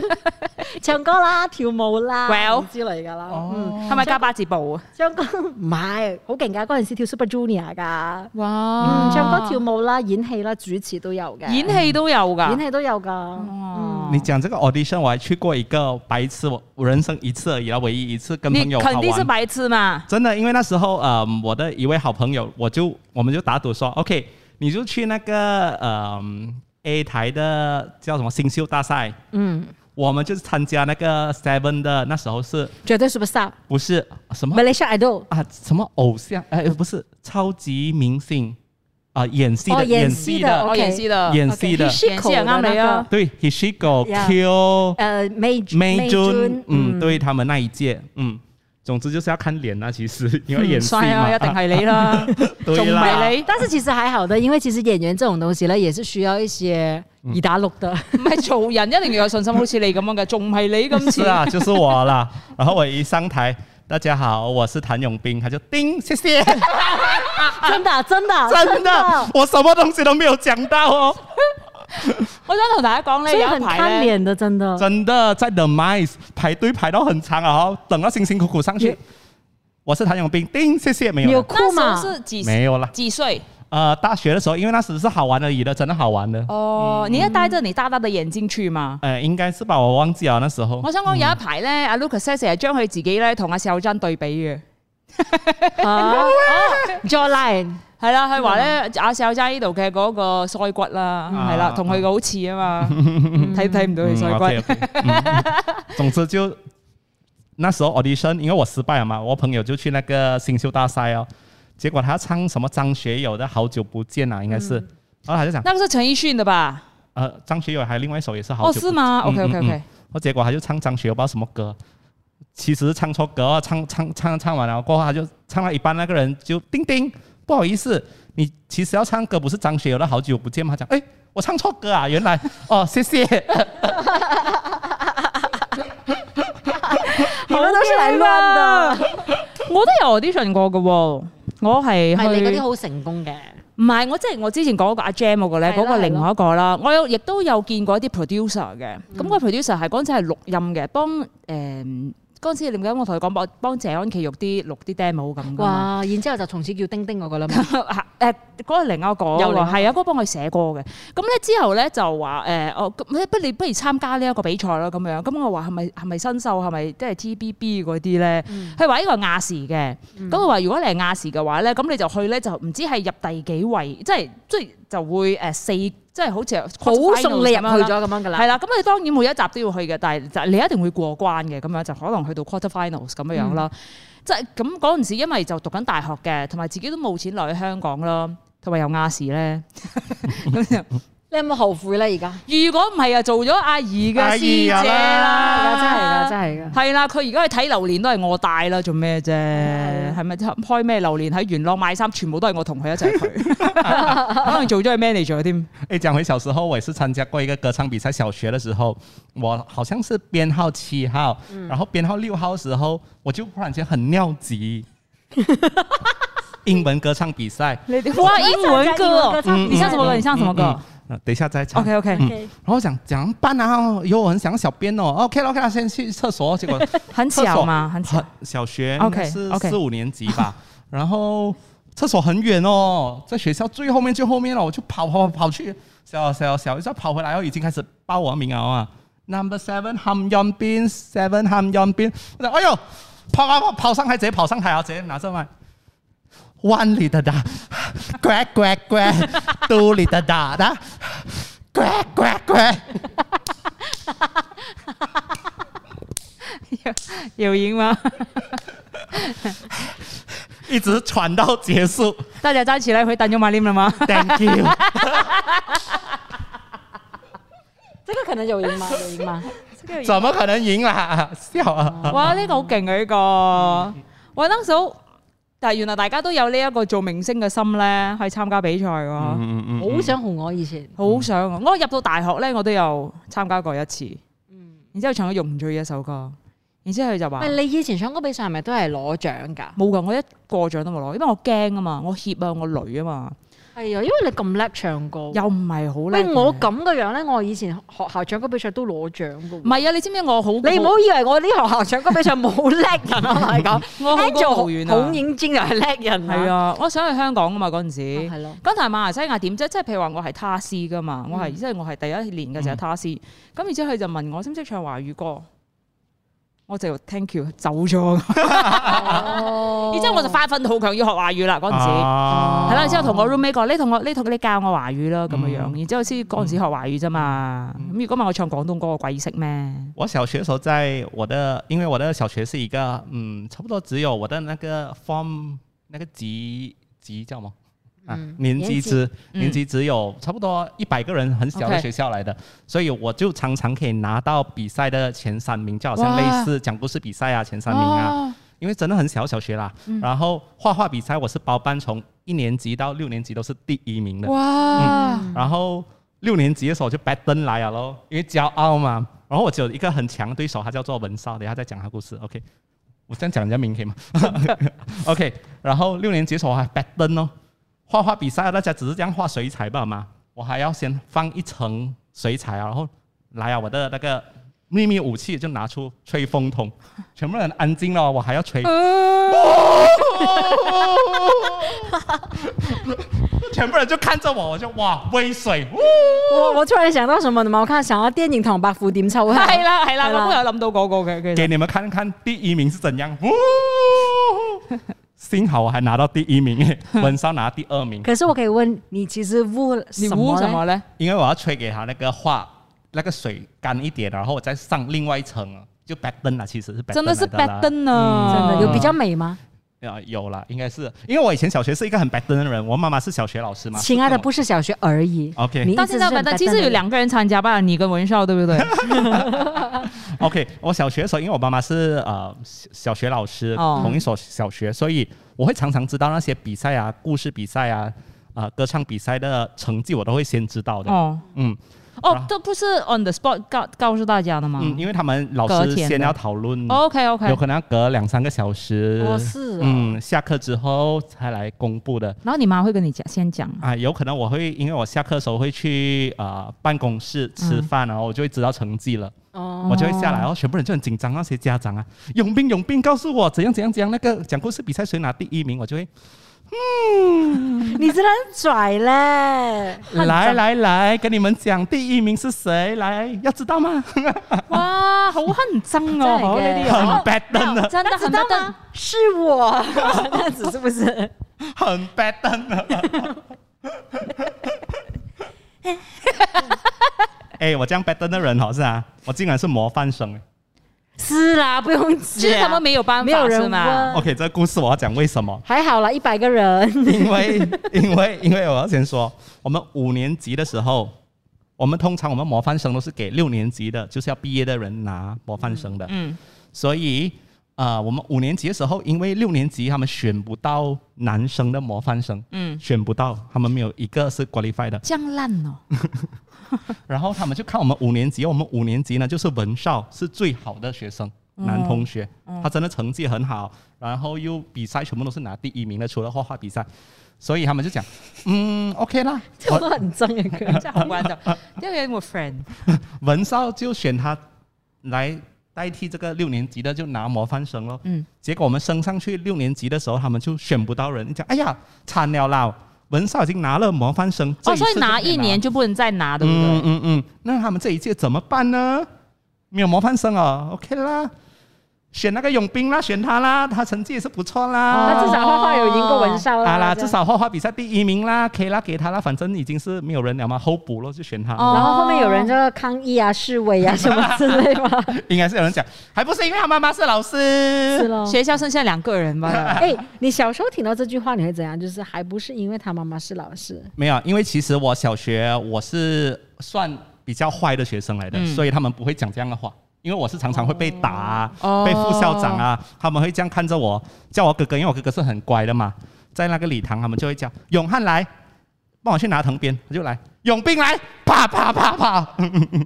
Speaker 1: 唱歌啦、跳舞啦
Speaker 2: Well
Speaker 1: 之類㗎啦，嗯，
Speaker 2: 係咪加八字步啊？
Speaker 1: 唱歌唔係好勁㗎，嗰陣時跳 Super Junior 㗎，
Speaker 2: 哇
Speaker 1: 唱歌跳舞啦、演戲啦、主持都有嘅，
Speaker 2: 嗯演戲都有㗎，
Speaker 1: 嗯演戲都有㗎。嗯
Speaker 2: 哦
Speaker 3: 你讲这个 audition，我还去过一个白痴，我我人生一次而已啦，唯一一次跟朋
Speaker 2: 你
Speaker 3: 友好
Speaker 2: 肯定是
Speaker 3: 玩。
Speaker 2: 白痴嘛？
Speaker 3: 真的，因为那时候，呃，我的一位好朋友，我就我们就打赌说，OK，你就去那个，呃，A 台的叫什么新秀大赛，
Speaker 1: 嗯，
Speaker 3: 我们就是参加那个 Seven 的，那时候是
Speaker 1: 絕對 superstar
Speaker 3: 不是什么
Speaker 1: Malaysia Idol
Speaker 3: 啊什么偶像？哎，不是超级明星啊、演戏的、
Speaker 1: 哦演戏
Speaker 3: 戏
Speaker 1: 的
Speaker 3: 的、
Speaker 1: OK
Speaker 2: 我演戲啦，
Speaker 3: 演戏的，
Speaker 2: 演戲人啱你啊！
Speaker 3: 对，Hishiko
Speaker 1: Yeah 誒
Speaker 3: Q
Speaker 1: 呃 May
Speaker 3: May Jun，
Speaker 1: June，
Speaker 3: 嗯，对他们那一届，嗯。总之就是要看脸啦，其实 因
Speaker 1: 嗯
Speaker 3: 为演戏
Speaker 2: 帥
Speaker 3: 嘛，
Speaker 2: 啊，一定係你 啦，
Speaker 3: 对
Speaker 2: 仲唔
Speaker 3: 啦
Speaker 2: 係你？
Speaker 1: 但是其實還好的，因為其實演員這種東西呢，也是需要一些
Speaker 3: 嗯
Speaker 1: 二打六 的。
Speaker 2: 唔係做人一定要有信心，好似你咁樣嘅，仲唔係你咁
Speaker 3: 是
Speaker 2: 似？
Speaker 3: 啊，就是我啦。然后我一上台，大家好，我是谭咏斌，他就叮，谢谢，
Speaker 1: 真的，真的，
Speaker 3: 真的，我什么东西都没有讲到哦，
Speaker 2: 我想同大家講
Speaker 1: 所
Speaker 2: 咧，
Speaker 1: 以
Speaker 2: 有
Speaker 1: 很
Speaker 2: 一
Speaker 1: 看
Speaker 2: 排咧，
Speaker 1: 脸的，真的。
Speaker 3: 真的在 The Mice 排队排到很长啊，哦等到辛辛苦苦上去
Speaker 1: 也，
Speaker 3: 我是谭咏斌，叮，谢谢，没
Speaker 1: 你
Speaker 3: 有
Speaker 1: 有
Speaker 3: 了，
Speaker 1: 哭
Speaker 2: 那
Speaker 1: 嘛
Speaker 2: 時？候是幾
Speaker 3: 没有了。
Speaker 2: 幾歲？
Speaker 3: 呃，大学的时候，因为那时是好玩而已的，真的好玩的。
Speaker 1: 嗯
Speaker 2: 哦，你要戴着你大大的眼鏡去嘛？
Speaker 3: 呃，应该是吧，我忘记了那时候
Speaker 2: 我。想講有一排咧，阿 Lucas 成日將佢自己咧同阿邵珍對比嘅。
Speaker 1: 啊 jawline
Speaker 2: 係啦，佢話咧阿細友仔呢度嘅嗰個腮骨啦，
Speaker 3: 嗯
Speaker 2: 係啦，
Speaker 3: 啊
Speaker 2: 同佢個好似啊 嘛，睇睇唔到
Speaker 3: 嗯
Speaker 2: 佢腮
Speaker 3: ，OK
Speaker 2: 骨。
Speaker 3: OK。总 嗯之就那时候 audition，因为我失败了嘛，我朋友就去那个新秀大赛哦，结果他要唱什么张学友的《好久不见》啊，应该是，然后他就讲，
Speaker 2: 嗯那個是陳奕迅的吧？
Speaker 3: 呃，张学友还有另外一首也是好
Speaker 2: 哦，是
Speaker 3: 久不见，
Speaker 2: 嗎？OK OK
Speaker 3: 嗯嗯
Speaker 2: OK，
Speaker 3: 然后结果他就唱张学友不知道什么歌。其实唱错歌哦，唱唱唱唱完了过后，他就唱到一半，那个人就叮叮，不好意思，你其实要唱歌不是张学友的《好久不见》吗？他讲，哎，我唱错歌啊，原来，哦，谢谢。
Speaker 1: 你
Speaker 3: 嗯
Speaker 1: 们都是來亂的。
Speaker 2: 我都有 audition 過嘅喎。我係
Speaker 1: 係你嗰
Speaker 2: 去
Speaker 1: 啲，好成功嘅，
Speaker 2: 唔係我即係我之前講嗰個阿 Jam 嗰個咧，
Speaker 1: 係啦
Speaker 2: 嗰個另外一個啦。我有亦都有見過一啲 producer 嘅，
Speaker 1: 嗯
Speaker 2: 咁個 producer 係嗰陣時係錄音嘅，幫誒嗰陣時你唔記得我同佢講幫幫謝安琪玉啲錄啲 demo 咁㗎嘛。
Speaker 1: 哇！然之後就從此叫丁丁嗰個啦嘛，
Speaker 2: 誒啊呃嗰個另一個
Speaker 1: 又
Speaker 2: 嗰個
Speaker 1: 另一個
Speaker 2: 係啊，嗰個幫佢寫歌嘅。咁咧之後咧就話誒，哦，咁不你不如參加呢一個比賽啦咁樣。咁我話係咪係咪新秀係咪即係 TBB 嗰啲咧？
Speaker 1: 嗯
Speaker 2: 佢話呢個係亞視嘅，咁佢話如果你係亞視嘅話咧，咁你就去咧就唔知係入第幾位，即係即係就會誒四，即係好似
Speaker 1: 好
Speaker 2: quarter
Speaker 1: 送你入去
Speaker 2: finals 咁樣啦
Speaker 1: 咗咁樣噶啦
Speaker 2: 係。啦，咁你當然每一集都要去嘅，但係就你一定會過關嘅，咁樣就可能去到 quarter finals 咁樣樣啦。
Speaker 3: 嗯
Speaker 2: 即係咁嗰陣時，因為就讀緊大學嘅，同埋自己都冇錢留喺香港啦，同埋有亞視咧。
Speaker 1: 你有冇後悔咧？而家
Speaker 2: 如果唔係啊，做咗阿姨嘅
Speaker 3: 阿
Speaker 2: 師
Speaker 3: 姨
Speaker 2: 姐
Speaker 3: 啊
Speaker 1: 而
Speaker 2: 啦，
Speaker 1: 家真
Speaker 2: 係。
Speaker 1: 係㗎，真係㗎。
Speaker 2: 係啦，佢而家去睇榴蓮都係我帶啦，做咩啫？係咪開咩榴蓮喺元朗買衫，全部都係我同佢一齊 去，可能做咗佢 manager 添。
Speaker 3: 哎，讲回小时候，我也是参加过一个歌唱比赛。小学的时候，我好像是编号七号，然后编号六号的时候，我就忽然间很尿急，英文歌唱比赛，
Speaker 2: 你哋哇，英文歌，
Speaker 3: 嗯
Speaker 2: 你唱什么歌？
Speaker 3: 嗯
Speaker 2: 你唱什么歌
Speaker 3: 嗯呃等一下再唱。
Speaker 2: ？OK OK，
Speaker 3: 嗯然后讲讲办啊，有我很想小便哦。OK 了 OK 了，先去厕所。结果
Speaker 2: 很
Speaker 3: 厕所
Speaker 2: 小嘛，很小
Speaker 3: 很。小学
Speaker 2: OK，
Speaker 3: 应该
Speaker 2: OK
Speaker 3: 是四五年级吧。然后厕所很远哦，在学校最后面最后面了，我就跑跑跑跑去，小小小，一下跑回来哦，已经开始报我的名了啊。Number seven 含阳边，seven 含阳边，我讲哎呦，跑跑跑跑上台，直接跑上台啊，直接拿着麦。one liter 的，乖乖乖，two liter 的的，乖乖乖。
Speaker 2: 有赢吗？
Speaker 3: 一直喘到结束。
Speaker 2: 大家在一起来回答就马林了吗？
Speaker 3: Thank you。
Speaker 1: 这个可能有赢吗？有赢吗？
Speaker 3: 怎么可能赢啦？笑 啊！
Speaker 2: 哇！呢、個好勁啊！呢、個我當時好，但係原來大家都有呢一個做明星嘅心咧，去參加比賽喎。
Speaker 3: 嗯嗯
Speaker 1: 好想紅我以前，
Speaker 2: 好想啊！我入到大學咧，我都有參加過一次。然之後唱咗《容罪》一首歌，然之後佢就話
Speaker 1: 喂，你以前唱歌比賽係咪都係攞獎㗎？
Speaker 2: 冇㗎，我一個獎都冇攞，因為我驚啊嘛，我怯啊，我累啊嘛，
Speaker 1: 係啊，因為你咁叻唱歌。
Speaker 2: 又唔係好叻
Speaker 1: 喂，
Speaker 2: 嘅。
Speaker 1: 我咁嘅樣咧，我以前學校唱歌比賽都攞獎㗎
Speaker 2: 唔
Speaker 1: 喎。
Speaker 2: 係啊！你知唔知我好？
Speaker 1: 你唔好以為我啲學校唱歌比賽冇叻人啊！我同你講，
Speaker 2: 我好高骛遠啊
Speaker 1: 孔影尖又係叻人
Speaker 2: 係，啊！我想去香港啊嘛嗰陣時。
Speaker 1: 係咯。
Speaker 2: 咁但係馬來西亞點啫？即係譬如話我係他師噶嘛，我係即係我係第一年嘅時候他師。咁然之後佢就問我識唔識唱華語歌，我就 thank you 走咗。
Speaker 1: 哦
Speaker 2: 然之後我就發奮好強要學華語啦嗰陣時。
Speaker 3: 啊
Speaker 2: 係啦，然之後同我 roommate 講，你同我你同你教我華語啦咁樣樣，
Speaker 3: 嗯
Speaker 2: 然之後先嗰陣時學華語啫嘛。咁如果唔係我唱廣東歌，我鬼識咩？
Speaker 3: 我小学的时候，在我的，因为我的小学是一个，嗯，差不多只有我的那个 form 那个级级叫什么？啊，年级只
Speaker 2: 嗯
Speaker 3: 年级只有差不多一百个人，很小的
Speaker 2: OK
Speaker 3: 学校来的所以我就常常可以拿到比赛的前三名，就好像
Speaker 2: 哇
Speaker 3: 类似讲故事比赛啊，前三名啊，因为真的很小小学啦。然后画画比赛我是包办，从一年级到六年级都是第一名的。
Speaker 2: 哇！
Speaker 3: 然后六年级的时候就 b a t t 来了咯，因为骄傲嘛。然后我只有一个很强的对手，他叫做文少，等一下再讲他故事。OK，我这样讲人家名可以吗 ？OK，然后六年级的时候我还 b a t t 哦，画画比赛大家只是这样画水彩罢了嘛，我还要先放一层水彩啊，然后来啊我的那个秘密武器就拿出吹风筒，全部人安静了，我还要吹。 全部人就看着我，我就哇威水，呜
Speaker 1: 我我突然想到什麼嘛？我看想到電影《唐伯虎點秋香》。
Speaker 2: 係啦係啦，
Speaker 1: 係啦
Speaker 2: 我都有諗到嗰個嘅，其
Speaker 3: 给
Speaker 2: 實
Speaker 3: 你们看看第一名是怎样。呜幸好我还拿到第一 名，文少拿第二名，
Speaker 1: 可是我可以問你，其實污
Speaker 2: 你
Speaker 1: 什
Speaker 2: 估
Speaker 1: 麼
Speaker 2: 什
Speaker 1: 呢
Speaker 2: 麼咧？
Speaker 3: 因为我要吹给他那个画那个水干一点，然后我再上另外一层啊，就 b a t t 啦，其实是 b a t
Speaker 2: 真的是 b a t t n 啊！
Speaker 1: 真的有比較美嗎？
Speaker 3: 啊有啦，应该是因为我以前小学是一个很 b a t t 的人，我妈妈是小学老师嘛。
Speaker 1: 親愛的，
Speaker 3: 是跟
Speaker 1: 不是小學而已。
Speaker 3: OK
Speaker 1: 你一
Speaker 2: 但
Speaker 1: 直是
Speaker 2: 現在
Speaker 1: 很
Speaker 2: 本身其實有兩個人參加吧，你跟文少 對不對？
Speaker 3: 我 OK，我小学的时候，因为我妈妈是呃小小学老师，
Speaker 2: 哦
Speaker 3: 同一所小学，所以我会常常知道那些比赛啊、故事比赛啊、啊、歌唱比赛的成绩，我都会先知道的。
Speaker 2: 哦
Speaker 3: 嗯，
Speaker 2: 哦，都不是 on the spot 告告訴大家的嘛。
Speaker 3: 嗯，因为他们老
Speaker 2: 隔
Speaker 3: 师
Speaker 2: 天
Speaker 3: 先
Speaker 2: 的
Speaker 3: 要讨论，
Speaker 2: OK OK，
Speaker 3: 有可能要隔两三个小时，
Speaker 1: 哦嗯是哦
Speaker 3: 嗯，下课之后才来公布的
Speaker 2: 啊然後你媽會跟你講，先 講。
Speaker 3: 啊。有可能我会因为我下课的时候会去呃办公室吃饭，然后我就会知道成绩了，
Speaker 1: 嗯哦，
Speaker 3: 我就会下来，然后全部人就很紧张，那些家长啊，永斌永斌告诉我怎样怎样怎样，那个讲故事比赛谁拿第一名，我就会
Speaker 1: 你真的很拽嘞！
Speaker 3: 来来来跟你们讲第一名是谁，来要知道吗？
Speaker 2: 哇，好乞人憎啊！好呢
Speaker 1: 真係嘅哦
Speaker 2: 啲
Speaker 3: 很
Speaker 2: 人
Speaker 3: bad 的，
Speaker 2: 真的很
Speaker 1: 知道
Speaker 2: 得
Speaker 1: 嗎？是我， 这样子是不是？
Speaker 3: 很 bad 的。 哎、我这样 bad 的人好是啊，我竟然是模范生。
Speaker 1: 是啦，不用
Speaker 2: 就
Speaker 1: 讲。
Speaker 2: 是他们没有办
Speaker 1: 没有
Speaker 2: 法
Speaker 1: 人
Speaker 2: 是吗？
Speaker 1: 问
Speaker 3: OK，这个故事我要讲为 什么？
Speaker 1: 还好啦，一百个人。
Speaker 3: 因为因为因为我要先说，我们五年级的时候，我们通常我们模范生都是给六年级的，就是要毕业的人拿模范生的。
Speaker 2: 嗯，
Speaker 3: 所以呃，我们五年级的时候，因为六年级他们选不到男生的模范生，
Speaker 2: 嗯
Speaker 3: 选不到，他们没有一个是 qualified 的。
Speaker 2: 这样烂 哦，
Speaker 3: 然后他们就看我们五年级，我们五年级呢就是文少是最好的学生，男同学，
Speaker 2: 嗯
Speaker 3: 他真的成绩很好，然后又比赛全部都是拿第一名的，除了画画比赛，所以他们就讲， 嗯 ，OK 啦，
Speaker 1: 我都很憎嘅佢。
Speaker 2: 真係好關心。因為有冇 friend
Speaker 3: 文少就选他来代替这个六年级的，就拿模范生咯。
Speaker 2: 嗯，
Speaker 3: 结果我们升上去六年级的时候，他们就选不到人，讲哎呀，惨了啦，文少已经拿了模范生，这
Speaker 2: 哦，
Speaker 3: 次
Speaker 2: 所以
Speaker 3: 就
Speaker 2: 拿
Speaker 3: 可以
Speaker 2: 一年就不能再拿，对不
Speaker 3: 嗯
Speaker 2: 對？
Speaker 3: 嗯嗯，那他们这一届怎么办呢？没有模范生哦，OK 啦，选那个永兵啦，选他啦，他成绩也是不错
Speaker 2: 哦
Speaker 3: 啦。
Speaker 1: 他至少画画有赢过文少
Speaker 3: 啊
Speaker 1: 啦，
Speaker 3: 啦，
Speaker 1: 这
Speaker 3: 至
Speaker 1: 样。
Speaker 3: 少画画比赛第一名啦，可以啦，给他啦，反正已经是没有人了嘛，候补咯，就选他。
Speaker 2: 哦
Speaker 1: 然后后面有人就要抗议啊、示威 啊什么之类嘛，
Speaker 3: 应该是有人讲，还不是因为他妈妈是老师。
Speaker 1: 是咯。
Speaker 2: 學校剩下兩個 人吧。
Speaker 1: 哎，你小时候听到这句话你会怎样？就是还不是因为他妈妈是老师，
Speaker 3: 没有，因为其实我小学我是算比较坏的学生来的，
Speaker 2: 嗯
Speaker 3: 所以他们不会讲这样的话。因为我是常常会被打、啊
Speaker 2: 哦
Speaker 3: 被副校长啊，他们会这样看着我，叫我哥哥，因为我哥哥是很乖的嘛，在那个礼堂，他们就会叫永汉来，帮我去拿藤鞭，我就来，永兵来，啪啪啪啪。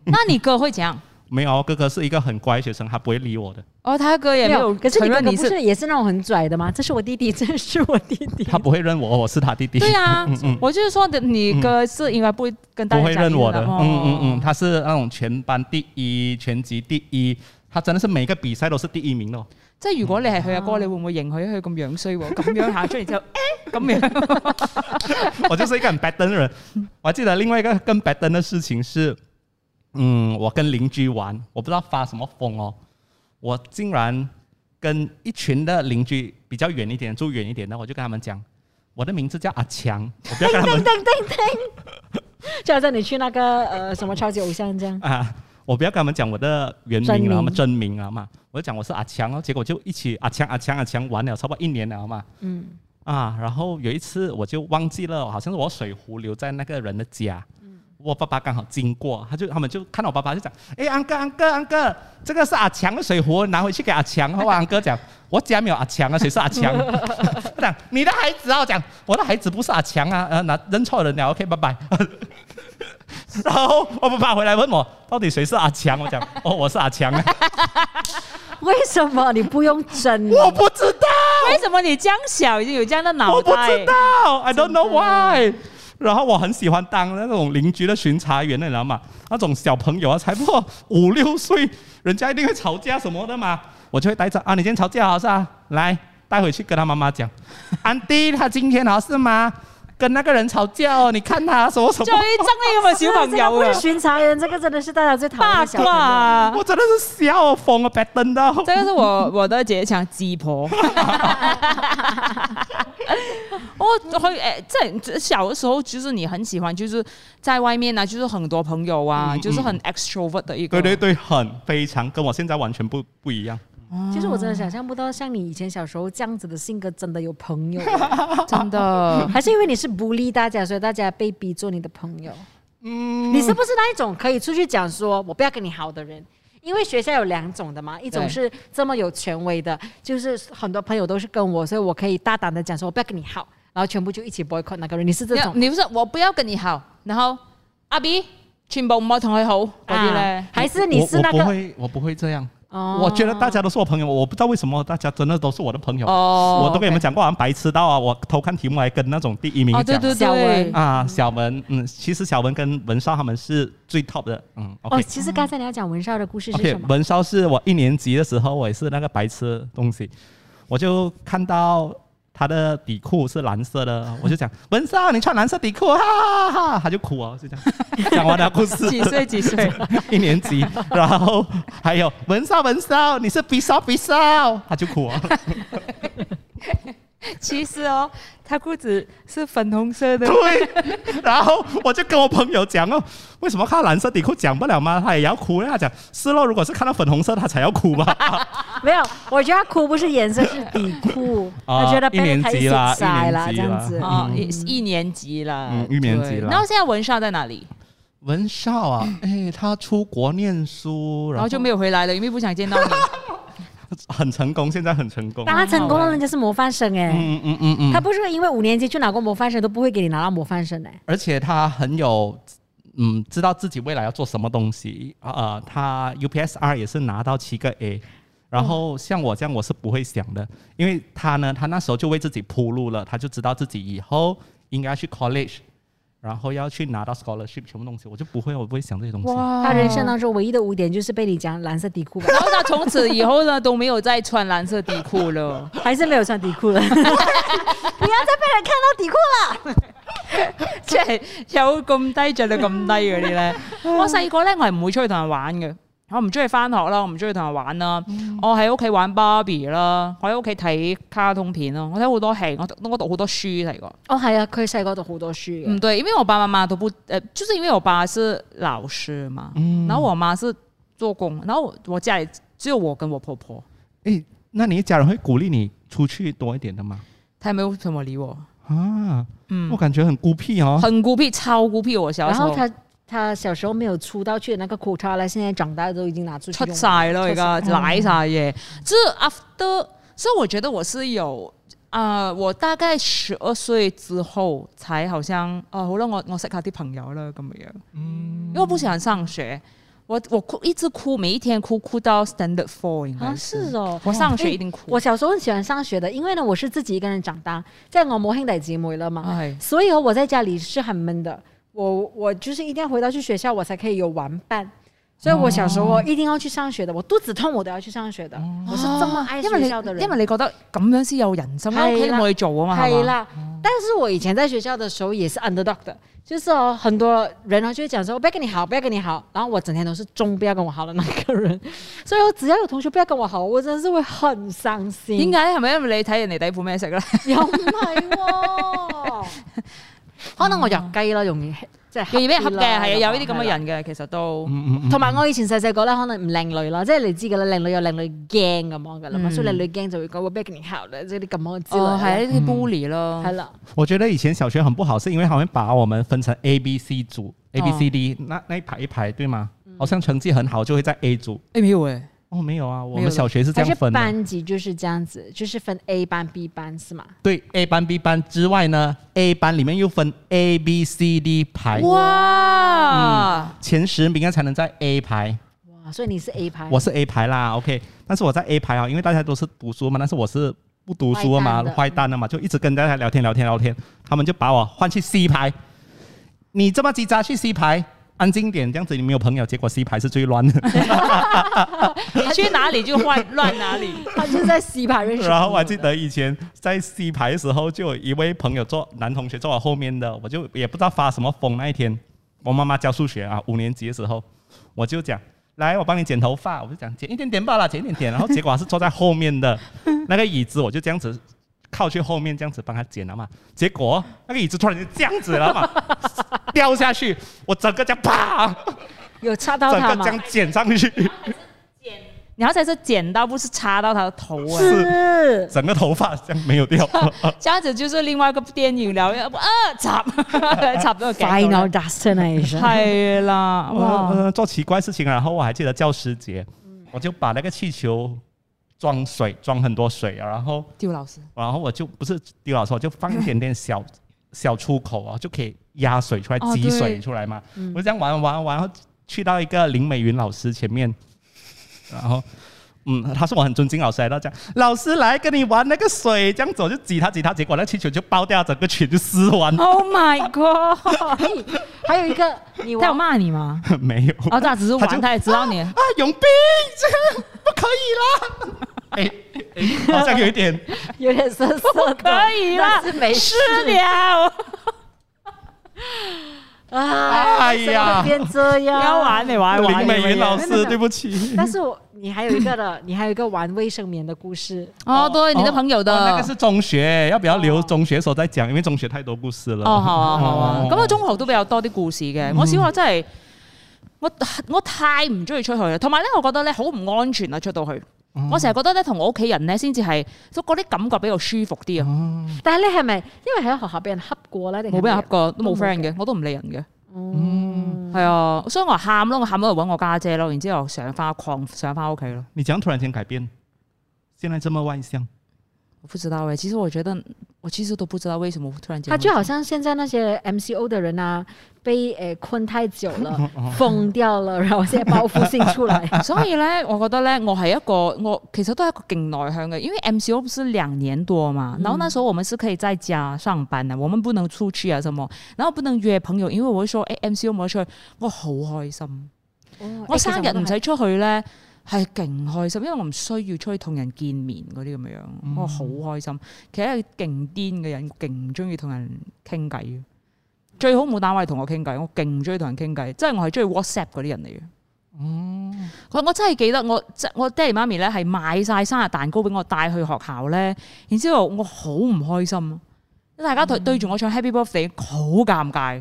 Speaker 2: 那你哥會怎樣？
Speaker 3: 没有，我哥哥是一个很乖的学生，他不会理我的，
Speaker 2: 哦，他哥也沒有
Speaker 1: 可是
Speaker 2: 承
Speaker 1: 你哥
Speaker 2: 認
Speaker 1: 哥
Speaker 2: 你
Speaker 1: 不
Speaker 2: 是。
Speaker 1: 是也是那种很拽的吗？这是我弟弟，这是我弟弟。
Speaker 3: 他不会认我，我是他弟 弟。
Speaker 2: 對啊，我就是說你哥是應該不會跟大
Speaker 3: 嗯不
Speaker 2: 家
Speaker 3: 会
Speaker 2: 講
Speaker 3: 认我的，
Speaker 2: 哦
Speaker 3: 嗯嗯嗯，他是那种全班第一、全级第一，他真的是每个比赛都是第一名哦。
Speaker 2: 即係如果你係佢阿哥，你會唔會認許佢咁樣衰喎？咁 樣行出嚟之後，誒咁樣
Speaker 3: 我就是一个很 bad 的人。我还记得另外一个更 bad 的事情是，嗯，我跟邻居玩，我不知道发什么疯哦，我竟然跟一群的邻居比较远一点、住远一点的，我就跟他们讲，我的名字叫阿强，我不要跟他们
Speaker 1: 噔噔噔，就好像你去那个呃什么超级偶像这 样，
Speaker 3: 啊，我不要跟他们讲我的原
Speaker 1: 真
Speaker 3: 名
Speaker 1: 名
Speaker 3: 了嘛，真名了嘛，我就讲我是阿强哦，结果就一起阿强阿强阿强玩了差不多一年了嘛，
Speaker 1: 嗯，
Speaker 3: 啊，然后有一次我就忘记了，好像是我水壶留在那个人的家。我爸爸刚好经过，他就他们就看到我爸爸就讲：“哎，安哥，安哥，安哥，这个是阿强的水壶，拿回去给阿强。”后来安哥讲：“我家没有阿强啊，谁是阿强？” 他讲：“你的孩子啊。”我讲：“我的孩子不是阿强啊，呃，拿认错人了，OK，拜 拜。”然后我爸爸回来问我：“到底谁是阿强？”我讲：“哦，我是阿强啊。
Speaker 1: 为什么你不用 真”？
Speaker 3: 我不知道。
Speaker 2: 為什麼你這樣小已經有這樣的
Speaker 3: 我
Speaker 2: 腦
Speaker 3: 不知
Speaker 2: 袋？
Speaker 3: 道，I don't know why。然后我很喜欢当那种邻居的巡查员，你知道吗？那种小朋友啊，才不过五六岁，人家一定会吵架什么的嘛。我就会带着啊，你今天吵架好是啊，来带回去跟他妈妈讲，安迪 他今天好是吗？跟那个人吵架哦，你看他什么什
Speaker 2: 最憎
Speaker 3: 么，
Speaker 2: 呢咁嘅小朋友
Speaker 1: 这个
Speaker 2: 啊
Speaker 1: 不是！巡查员，这个真的是大家最讨厌
Speaker 2: 八
Speaker 1: 的小朋友。
Speaker 2: 卦。
Speaker 3: 我真的是笑疯了，白灯到。
Speaker 2: 这个是我我的姐想鸡 婆。我会诶，这小的时候就是你很喜欢，就是在外面啊，就是很多朋友啊，
Speaker 3: 嗯嗯
Speaker 2: 就是很 extrovert 的一个。
Speaker 3: 对对对，很非常，跟我现在完全不不一样。
Speaker 1: 其实我真的想象不到，像你以前小时候这样子的性格，真的有朋 友，
Speaker 2: 真的。
Speaker 1: 还是因为你是不利大家，所以大家被逼做你的朋友？
Speaker 3: 嗯，
Speaker 1: 你是不是那一种可以出去讲说我不要跟你好的人？因为学校有两种的嘛，一种
Speaker 2: 对
Speaker 1: 是这么有权威的，就是很多朋友都是跟我，所以我可以大胆的讲说我不要跟你好，然后全部就一起 boycott 那个人。你是这种
Speaker 2: 你你不是我不要跟你好，然后阿 B 全部唔好同佢好嗰啲咧
Speaker 1: 啊，。还是你是那
Speaker 3: 我我不
Speaker 1: 个？
Speaker 3: 会，我不会这样。
Speaker 1: 哦
Speaker 3: 我觉得大家都是我朋友，我不知道为什么大家真的都是我的朋友。
Speaker 2: 哦
Speaker 3: 我都跟你们讲过，好像白痴到啊！我偷看题目还跟那种第一名
Speaker 2: 哦，对
Speaker 3: 讲。
Speaker 2: 对
Speaker 1: 小
Speaker 2: 对
Speaker 1: 文，
Speaker 3: 啊，小文，嗯，其实小文跟文少他们是最 top 的，嗯
Speaker 1: 哦，
Speaker 3: ，OK，OK，、
Speaker 1: 其实刚才你要讲文少的故事是
Speaker 3: OK，
Speaker 1: 什么？
Speaker 3: 文少是我一年级的时候，我也是那个白痴东西，我就看到他的底裤是蓝色的，我 就讲文少，你穿蓝色底裤，哈哈哈哈，他就哭哦，就这 样，讲完了故事，
Speaker 2: 几岁几岁？
Speaker 3: 一年级，然后还有文少文少，你是比少比少，他就 哭哦。
Speaker 2: 其实哦，他裤子是粉红色的。
Speaker 3: 对，然后我就跟我朋友讲哦，为什么看到蓝色底裤讲不了吗？他也要哭，他讲是咯，如果是看到粉红色，他才要哭吧。
Speaker 1: 没有，我觉得他哭不是颜色，是底裤。
Speaker 3: 啊
Speaker 1: 他觉得被
Speaker 3: 一年
Speaker 1: 抬
Speaker 3: 级啦嗯
Speaker 1: 起来啦，
Speaker 3: 一
Speaker 1: 这
Speaker 3: 年级啦
Speaker 1: 样子。
Speaker 2: 哦，一一年级啦，
Speaker 3: 嗯一年级
Speaker 2: 对
Speaker 3: 啦
Speaker 2: 然后现在文少在哪里？
Speaker 3: 文少啊，哎，他出国念书，
Speaker 2: 然后就没
Speaker 3: 有
Speaker 2: 有回来了，因为不想见到你。
Speaker 3: 很成功，现在很成功。
Speaker 1: 当他成功了，人家是模范生哎、
Speaker 3: 嗯嗯嗯嗯，
Speaker 1: 他不是因为五年级就拿过模范生，都不会给你拿到模范生哎、
Speaker 3: 而且他很有。嗯，啊知道自己未来要做什么东西啊、呃他 UPSR 也是拿到七个 A，然后像我这样，我是不会想的，因为他呢，他那时候就为自己铺路了，他就知道自己以后应该去 college，然后要去拿到 scholarship 全部东西，我就不会，我不会想这些东西。
Speaker 2: 哇
Speaker 1: 他人生当中唯一的污点就是被你讲蓝色底 裤吧，
Speaker 2: 然后他从此以后呢都没有再穿蓝色底裤了。
Speaker 1: 还是没有穿底 裤了。
Speaker 5: 不要再被人看到底裤了。
Speaker 2: 即係有咁低着到咁低嗰啲咧。我細個咧，我係唔會出去同人玩嘅。我唔中意翻學啦，我唔中意同人玩啦。我喺屋企玩芭比啦，我喺屋企睇卡通片啦，我睇好多戲，我讀我讀好多書嚟個。
Speaker 1: 哦，係啊，佢細個讀好多書嘅
Speaker 2: 唔。對，因為我爸爸媽媽都不，呃，就是因為我爸是老師嘛，然後我媽是做工，然後我我家裡只有我跟我婆婆，
Speaker 3: 诶，那你家人会鼓励你出去多一点的吗？
Speaker 2: 她也沒有什麼理我，
Speaker 3: 啊，
Speaker 2: 嗯
Speaker 3: 我，感觉很孤僻哦。
Speaker 2: 很孤僻，超孤僻，我小
Speaker 1: 然
Speaker 2: 時候
Speaker 1: 后。他他小时候没有出到去的那个 quota 咧，现在长大都已经拿出去
Speaker 2: 出
Speaker 1: 用了
Speaker 2: 晒咯，而家
Speaker 1: 出晒哦
Speaker 2: 奶晒嘢。这 after，所以我觉得我是有啊、呃我大概十二岁之后才好像哦，好啦，我我識下啲朋友啦咁樣。
Speaker 1: 嗯
Speaker 2: 因為我不喜歡上學，我我哭一直哭，每一天哭哭到 standard four 應
Speaker 1: 啊，
Speaker 2: 該是。
Speaker 1: 是哦。
Speaker 2: 我上學
Speaker 1: 哎
Speaker 2: 一定哭。
Speaker 1: 我小时候很喜欢上学的，因为呢，我是自己一个人长大，在我冇兄弟姊妹了嘛，
Speaker 2: 唉
Speaker 1: 所以哦我在家里是很闷的。我我就是一定要回到去学校，我才可以有玩伴。所以我小时候哦一定要去上学的，我肚子痛我都要去上学的，我是这么爱
Speaker 2: 因為
Speaker 1: 学
Speaker 2: 你
Speaker 1: 校的人。
Speaker 2: 因為你覺得咁樣先有人生，喺屋企
Speaker 1: 係啦
Speaker 2: 冇嘢做啊嘛，係
Speaker 1: 系
Speaker 2: 嘛？
Speaker 1: 啦，但是我以前在学校的时候也是 underdog 的，就是哦，很多人呢就会讲说不要跟你好，不要跟你好，然后我整天都是中不要跟我好的那个人，所以我只要有同学不要跟我好，我真的是会很伤心。
Speaker 2: 點解？係咪因為你睇人哋底褲咩色咧？
Speaker 1: 又唔係喎？可能我弱雞咯，容易即係
Speaker 2: 容易俾人恰嘅，係啊， 有呢啲咁
Speaker 1: 係
Speaker 2: 嘅。
Speaker 1: 啦
Speaker 2: 人嘅，其實都。
Speaker 3: 嗯嗯嗯
Speaker 1: 同埋我以前細細個咧，可能唔靚女啦，即係你知㗎啦，靚女有靚女驚咁樣㗎啦嘛，
Speaker 2: 嗯
Speaker 1: 所以靚女驚就會講我 b a c k i n 好咧，即係啲咁樣之
Speaker 2: 哦，係
Speaker 1: 類嘅。
Speaker 3: 嗯
Speaker 2: 呢啲 bully 咯，
Speaker 1: 係啦，
Speaker 3: 我觉得以前小学很不好，是因为他们把我们分成 A、B、C 组，A、B、
Speaker 2: 哦
Speaker 3: C、D 那那一排一排，对吗？好像成绩很好就会在 A 组。
Speaker 2: 诶，没有诶，
Speaker 3: 哦，没有啊，
Speaker 2: 没有
Speaker 3: 我们
Speaker 2: 的
Speaker 3: 小学是这
Speaker 1: 但是
Speaker 3: 样分啊的。
Speaker 1: 班级就是这样子，就是分 A 班、B 班是吗？
Speaker 3: 对 A 班、B 班之外呢，A 班里面又分 A、B、C、D 排，
Speaker 2: 哇，
Speaker 3: 前十名啊才能在 A 排。
Speaker 1: 哇，所以你是 A 班，
Speaker 3: 我是 A 排啦，OK，但是我在 A 排啊，因为大家都是读书嘛，但是我是不读书的
Speaker 1: 坏蛋，
Speaker 3: 嘛
Speaker 1: 的
Speaker 3: 坏蛋的嘛，就一直跟大家聊天聊天聊天，他们就把我换去 C 排。你这么叽喳去 C 排，安静点，这样子你没有朋友，结果 C 排是最乱的。嗯
Speaker 2: 你 去哪里就乱乱哪里，
Speaker 1: 他就是在 C 班认识。
Speaker 3: 然后我还记，得以前在 C 排的时候，就有一位朋友坐男同学坐我后面的，我就也不知道发什么疯。那一天，我妈妈教数学啊，五年级的时候，我就讲。来，我帮你剪头发，我就讲剪一点点罢了，剪一点点。然后结果他是坐在后面的那个椅子，我就这样子靠去后面，这样子帮他剪了嘛。结果那个椅子突然就这样子了嘛，掉下去，我整个这样啪，
Speaker 1: 有插到
Speaker 3: 整
Speaker 1: 他
Speaker 2: 啊
Speaker 3: 个
Speaker 1: 吗
Speaker 3: 这？样剪上去，
Speaker 2: 然后才是剪刀，不是插到他的头啊。
Speaker 1: 是
Speaker 3: 整个头发这样没有掉。
Speaker 2: 这样子就是另外一个電影了，啊插 插咗個頸度啦
Speaker 1: Final Destination。
Speaker 2: 係啦，
Speaker 3: 我
Speaker 2: 哇，嗯
Speaker 3: 呃做奇怪事情，然后我还记得教师节，我就把那个气球装水，装很多水，啊然后
Speaker 2: 刁老師，
Speaker 3: 然后我就不是丢老师，我就放一点点小 小出口啊，就可以压水出来，
Speaker 2: 哦
Speaker 3: 挤水
Speaker 2: 对嗯
Speaker 3: 出来嘛。我就这样玩玩玩，然后去到一个林美云老师前面，然后。嗯，他是我很尊敬老师来到讲，老师来跟你玩那个水，这样子我就挤他挤他，结果那气球就爆掉，整个群就撕完，
Speaker 2: ，Oh my god，哎
Speaker 1: 还有一个，你
Speaker 2: 他有
Speaker 1: 玩
Speaker 2: 罵你嗎？
Speaker 3: 没有。
Speaker 2: 哦，他只是
Speaker 3: 他
Speaker 2: 玩，
Speaker 3: 就
Speaker 2: 他也知道你，
Speaker 3: 啊，永斌，这个不可以啦。 哎、哎好像有 一点，
Speaker 1: 有点涩涩的，
Speaker 2: 可以啦
Speaker 1: 但是没事
Speaker 2: 了，
Speaker 1: 啊。
Speaker 3: 哎
Speaker 1: 呀，
Speaker 3: 呀，
Speaker 1: 变这样，
Speaker 2: 要玩你玩玩
Speaker 3: 林美
Speaker 2: 你玩
Speaker 3: 云老
Speaker 1: 真的
Speaker 3: 师，
Speaker 1: 是
Speaker 3: 对不起。
Speaker 1: 但是我你还有一个 的，你还有一个玩卫生棉的故事，
Speaker 2: 哦，对，你的朋友的，
Speaker 3: 哦那个是中学，要不要留中学的时候再讲？因为中学太多故事了。
Speaker 2: 哦，好啊，好啊
Speaker 3: 哦。
Speaker 2: 咁我中學都比較多啲故事嘅。我小學真係我我太唔中意出去啦，同埋咧，我覺得咧好唔安全啊，出到去。我成日覺得咧，同我屋企人咧，先至係都嗰啲感覺比較舒服啲啊。
Speaker 1: 但系你系咪因为喺學校俾人恰過咧？定係
Speaker 2: 冇俾人恰過，都冇
Speaker 1: 都冇
Speaker 2: friend 嘅，我都唔理人嘅。
Speaker 1: 嗯，
Speaker 2: 係啊，所以我喊咯，我喊到去揾我家姐咯，然之後上翻礦，上翻屋企咯。
Speaker 3: 你怎样突然间改变？现在这么外向，
Speaker 2: 欸我不知道嘅，其實我覺得我其实都不知道为什么突然间
Speaker 1: 他
Speaker 2: 会
Speaker 1: 就好像现在那些 MCO 的人啊，被诶、呃困太久
Speaker 2: 哦
Speaker 1: 了，疯掉了，然后现在报复性出来。
Speaker 2: 所以咧，我覺得咧，我係一個我其實都係一個勁內向嘅，因為 MCO 不是兩年多嘛，然後那時候我們是可以在家上班啊，我們不能出去啊什麼，然後不能約朋友，因為我會說誒、MCO 冇得出去，我好開心，
Speaker 1: 哎
Speaker 2: 我生日唔使出去咧。係勁開心，因為我唔需要出去同人見面嗰啲咁樣，我好開心。其實係勁癲嘅人，我勁唔中意同人傾偈嘅最好冇單位同我傾偈，我勁唔中意同人傾偈，即係我係中意 WhatsApp 嗰啲人嚟嘅。嗯我我真係記得我我爹哋媽咪咧係買晒生日蛋糕俾我帶去學校咧，然之後我好唔開心，大家對
Speaker 1: 嗯
Speaker 2: 對住我唱 Happy Birthday 好尷尬，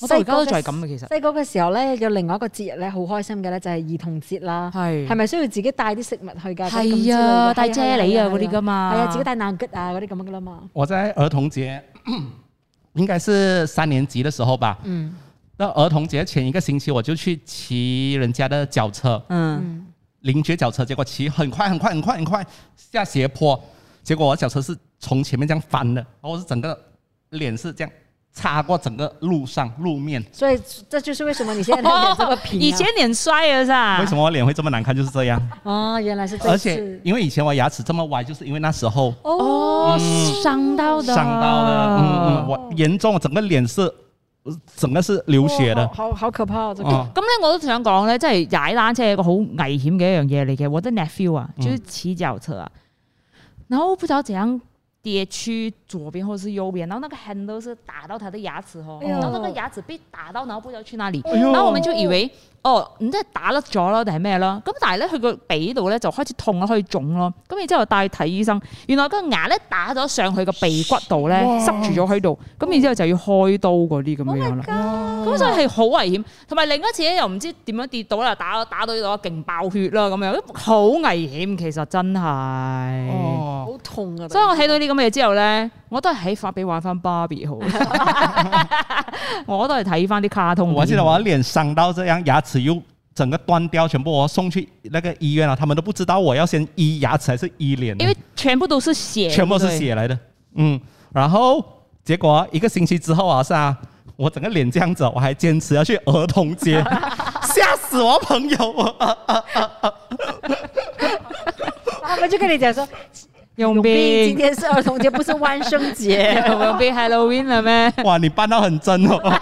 Speaker 2: 我到而家都仲係咁嘅其實
Speaker 1: 細個嘅時候咧，有另外一個節日咧，好開心嘅咧，就係兒童節啦。係
Speaker 2: 係
Speaker 1: 咪需要自己帶啲食物去㗎？咁之類
Speaker 2: 係
Speaker 1: 嘅
Speaker 2: 啊，帶啫喱啊嗰啲噶嘛，
Speaker 1: 係啊，自己帶南桔啊嗰啲咁樣噶啦嘛。
Speaker 3: 我在儿童节，嗯应该是三年级的时候吧。嗯，那儿童节前一个星期，我就去骑人家的脚车，
Speaker 2: 嗯
Speaker 3: 邻居脚车，结果骑很快很快很快很快下斜坡，结果我脚车是从前面这样翻的，然后我是整个脸是这样擦过整个路上路面。
Speaker 1: 所以這就是為什麼你 現在的臉這麼平、啊。
Speaker 2: 以前臉衰啊咋？
Speaker 3: 为什
Speaker 2: 麼？
Speaker 3: 么我脸会这么难看？就是这样，
Speaker 1: 哦，原來是這
Speaker 3: 而且
Speaker 1: 次。
Speaker 3: 因为以前我牙齿这么歪，就是因为那时候
Speaker 2: 哦，傷到的，
Speaker 3: 伤到
Speaker 2: 哦
Speaker 3: 了，嗯嗯，我严重，整个脸是呃整个是流血的
Speaker 1: 哦。好好好可怕、哦，這個。
Speaker 3: 嗯
Speaker 2: 咁咧，我都想講咧，即係踩單車係一個好危險嘅一樣嘢嚟嘅。我的 nephew 啊，就是騎腳車啊，然後不知道怎樣跌去左邊或是右邊，然後那個 handle 是打到他的牙齒哦，
Speaker 1: 哎呦
Speaker 2: 然後那個牙齒被打到，然後不知道去哪裡，
Speaker 3: 哎呦
Speaker 2: 然後我們就以為哦，唔知係打甩咗咯定係咩啦。咁但係咧，佢個鼻度咧就開始痛啦，開始腫咯。咁然之後帶去睇醫生，原來個牙咧打咗上去個鼻骨度咧，塞住咗喺度。咁然之後就要開刀嗰啲咁樣啦。咁所以係好危險，同埋另一次咧又唔知點樣跌倒啦，打打到呢度啊，勁爆血啦咁樣，好危險其實真係。
Speaker 3: 哦，
Speaker 1: 好痛啊！
Speaker 2: 所以我睇到呢啲咁嘅嘢之後咧，我都係喺法比玩翻芭比好，我都係睇翻啲卡通片。
Speaker 3: 我记得我脸伤到这样，牙齿又整个断掉，全部我送去那个医院啊了，他们都不知道我要先医牙齿还是医脸呢，啊
Speaker 2: 因為全部都是血，
Speaker 3: 全部是血来的。嗯，然后结果一个星期之后啊，是啊，我整个脸这样子，我还坚持要去儿童节，吓死我朋友！ 我
Speaker 1: 他们就跟你講說，
Speaker 2: 對不對，用
Speaker 1: 畢今
Speaker 2: 兵
Speaker 1: 天是兒童節，不是萬聖 節。
Speaker 2: 用兵 Halloween 啦 咩？
Speaker 3: 哇，你扮到很真哦。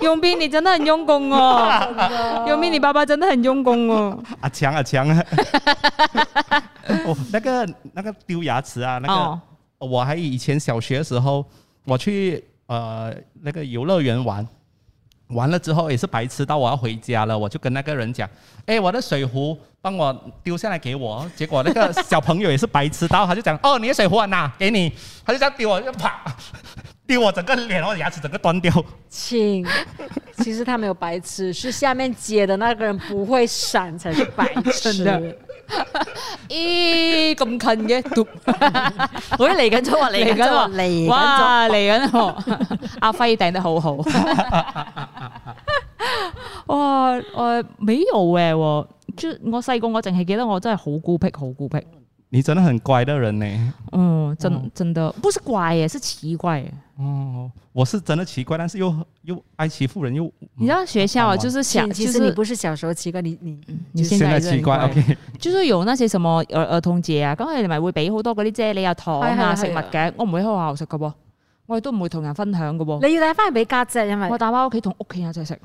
Speaker 2: 用兵你真的很用功
Speaker 1: 啊
Speaker 2: 哦，用兵你爸爸真的很用功哦。
Speaker 3: 啊强啊强 啊！哦，那个那个丢牙齿啊，那个、
Speaker 2: 哦
Speaker 3: 我还以前小学的时候，我去呃那个游乐园玩，完了之后也是白痴到我要回家了，我就跟那个人讲，哎，我的水壶帮我丢下来给我。结果那个小朋友也是白痴到，他就讲，哦，你的水壶啊，拿给你，他就这样丢我，就啪。丢我整个脸，我的牙齿整个断掉。
Speaker 1: 请，其实他没有白痴，是下面接的那个人不会闪才是白痴。
Speaker 2: 真的咦，咁近嘅， 嘟
Speaker 5: 好嚟緊咗 喎，嚟緊咗喎，嚟緊咗。
Speaker 2: 哇，嚟緊喎！ 阿輝頂得好 好。哇，誒，沒有誒，我就我細個我淨係記得我真係好孤僻，好孤僻。
Speaker 3: 你真的很乖的人呢。
Speaker 2: 嗯，真真的不是乖誒，是奇怪誒。
Speaker 3: 哦，我是真的奇怪，但是又又爱欺负人，又
Speaker 2: 你知道学校啊，就是想
Speaker 1: 请，其
Speaker 2: 就是
Speaker 1: 实你嗯不是小时候奇怪，你你
Speaker 2: 你
Speaker 3: 现在奇怪，OK，
Speaker 2: 就是有那些什麼兒兒童節啊，咁佢哋咪會俾好多嗰啲啫喱啊、糖啊、
Speaker 1: 係係係
Speaker 2: 食物嘅，我唔會喺學校食嘅喎，我亦都唔會同人分享嘅喎，
Speaker 1: 你要带翻去俾家姐，因
Speaker 2: 我
Speaker 1: 为
Speaker 2: 打翻屋企同屋企人一齊食。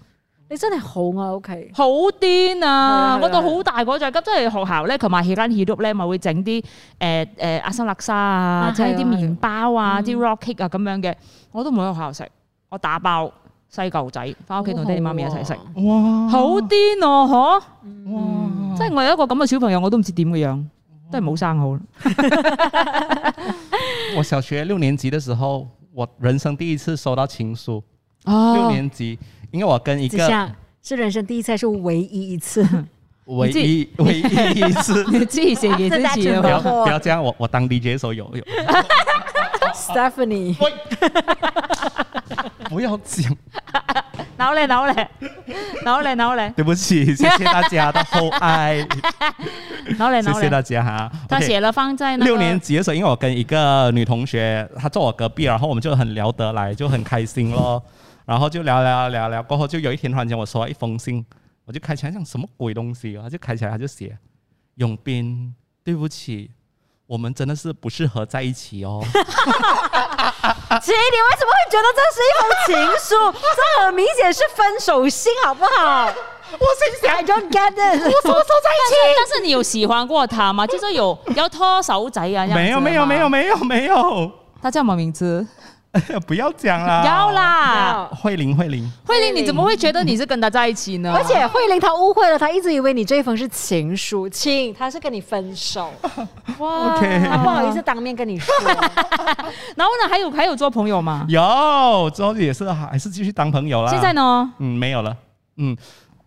Speaker 1: 你真系好啊屋企。
Speaker 2: 好癲
Speaker 1: 係啊係
Speaker 2: 啊！
Speaker 1: 啊
Speaker 2: 我到好大嗰陣，咁即係學校咧，同埋 h i r a n h i r u 咧，咪會整啲誒誒阿生勒沙啊，
Speaker 1: 啊
Speaker 2: 即係
Speaker 1: 係
Speaker 2: 啲
Speaker 1: 啊
Speaker 2: 麵包啊、啲 rock cake 啊咁樣嘅，我都唔喺學校食，我打包細舊仔翻屋企同爹哋媽咪一齊食，
Speaker 1: 哦
Speaker 3: 哇
Speaker 2: 好癲哦！
Speaker 3: 哇
Speaker 2: 嗬，即係我有一個咁嘅小朋友，我都唔知點嘅樣，都係冇生好啦。
Speaker 3: 我小学六年级的时候，我人生第一次收到情书。六
Speaker 2: 哦，
Speaker 3: 年级，因为我跟一
Speaker 1: 子
Speaker 3: 个
Speaker 1: 夏是人生第一次，还是唯一一次？
Speaker 3: 唯一 唯一一次，
Speaker 2: 你自 己寫嘢之前
Speaker 3: 不要
Speaker 2: 啊，
Speaker 3: 不要这样，我我当 DJ 的时候有有，
Speaker 1: Stephanie，
Speaker 3: 喂不要讲，
Speaker 2: 扭嚟扭嚟， 扭嚟扭嚟，
Speaker 3: 对不起，谢谢大家的厚爱，
Speaker 2: 扭嚟
Speaker 3: 谢
Speaker 2: 扭
Speaker 3: 谢
Speaker 2: 嚟。
Speaker 3: 大家哈。
Speaker 2: 他
Speaker 3: OK
Speaker 2: 写了放在那个
Speaker 3: 六年级的时候，因为我跟一个女同学，她坐我隔壁，然后我们就很聊得来，就很开心咯。 然后就聊聊聊聊，过后就有一天突然间我收到一封信，我就开起来想什么鬼东西啊，她就开起来她就写：“永斌，对不起，我们真的是不适合在一 起哦。
Speaker 1: 其实你为什么会觉得这是一封情书？这很明显是分手信，好不好？我心想，I don't get it。我什么时候在
Speaker 2: 但 是但是你有喜欢过他吗？就是有有拖手仔 啊？”
Speaker 3: 没有没有没有，没有没有，
Speaker 2: 他叫什么名字？
Speaker 3: 不要讲啦。
Speaker 2: 要，
Speaker 1: 啊
Speaker 2: 啦，
Speaker 3: 慧玲慧玲，
Speaker 2: 慧玲，你怎么会觉得你是跟他在一起呢？
Speaker 1: 而且慧玲她误会了，她一直以为你这一封是情书，亲，她是跟你分 手，
Speaker 2: 哇
Speaker 3: OK
Speaker 1: 她不好意思当面跟你说。
Speaker 2: 然后呢，还有还有做朋友吗？
Speaker 3: 有之后也是还是继续当朋友啦。
Speaker 2: 现在？呢，
Speaker 3: 嗯，没有了。嗯，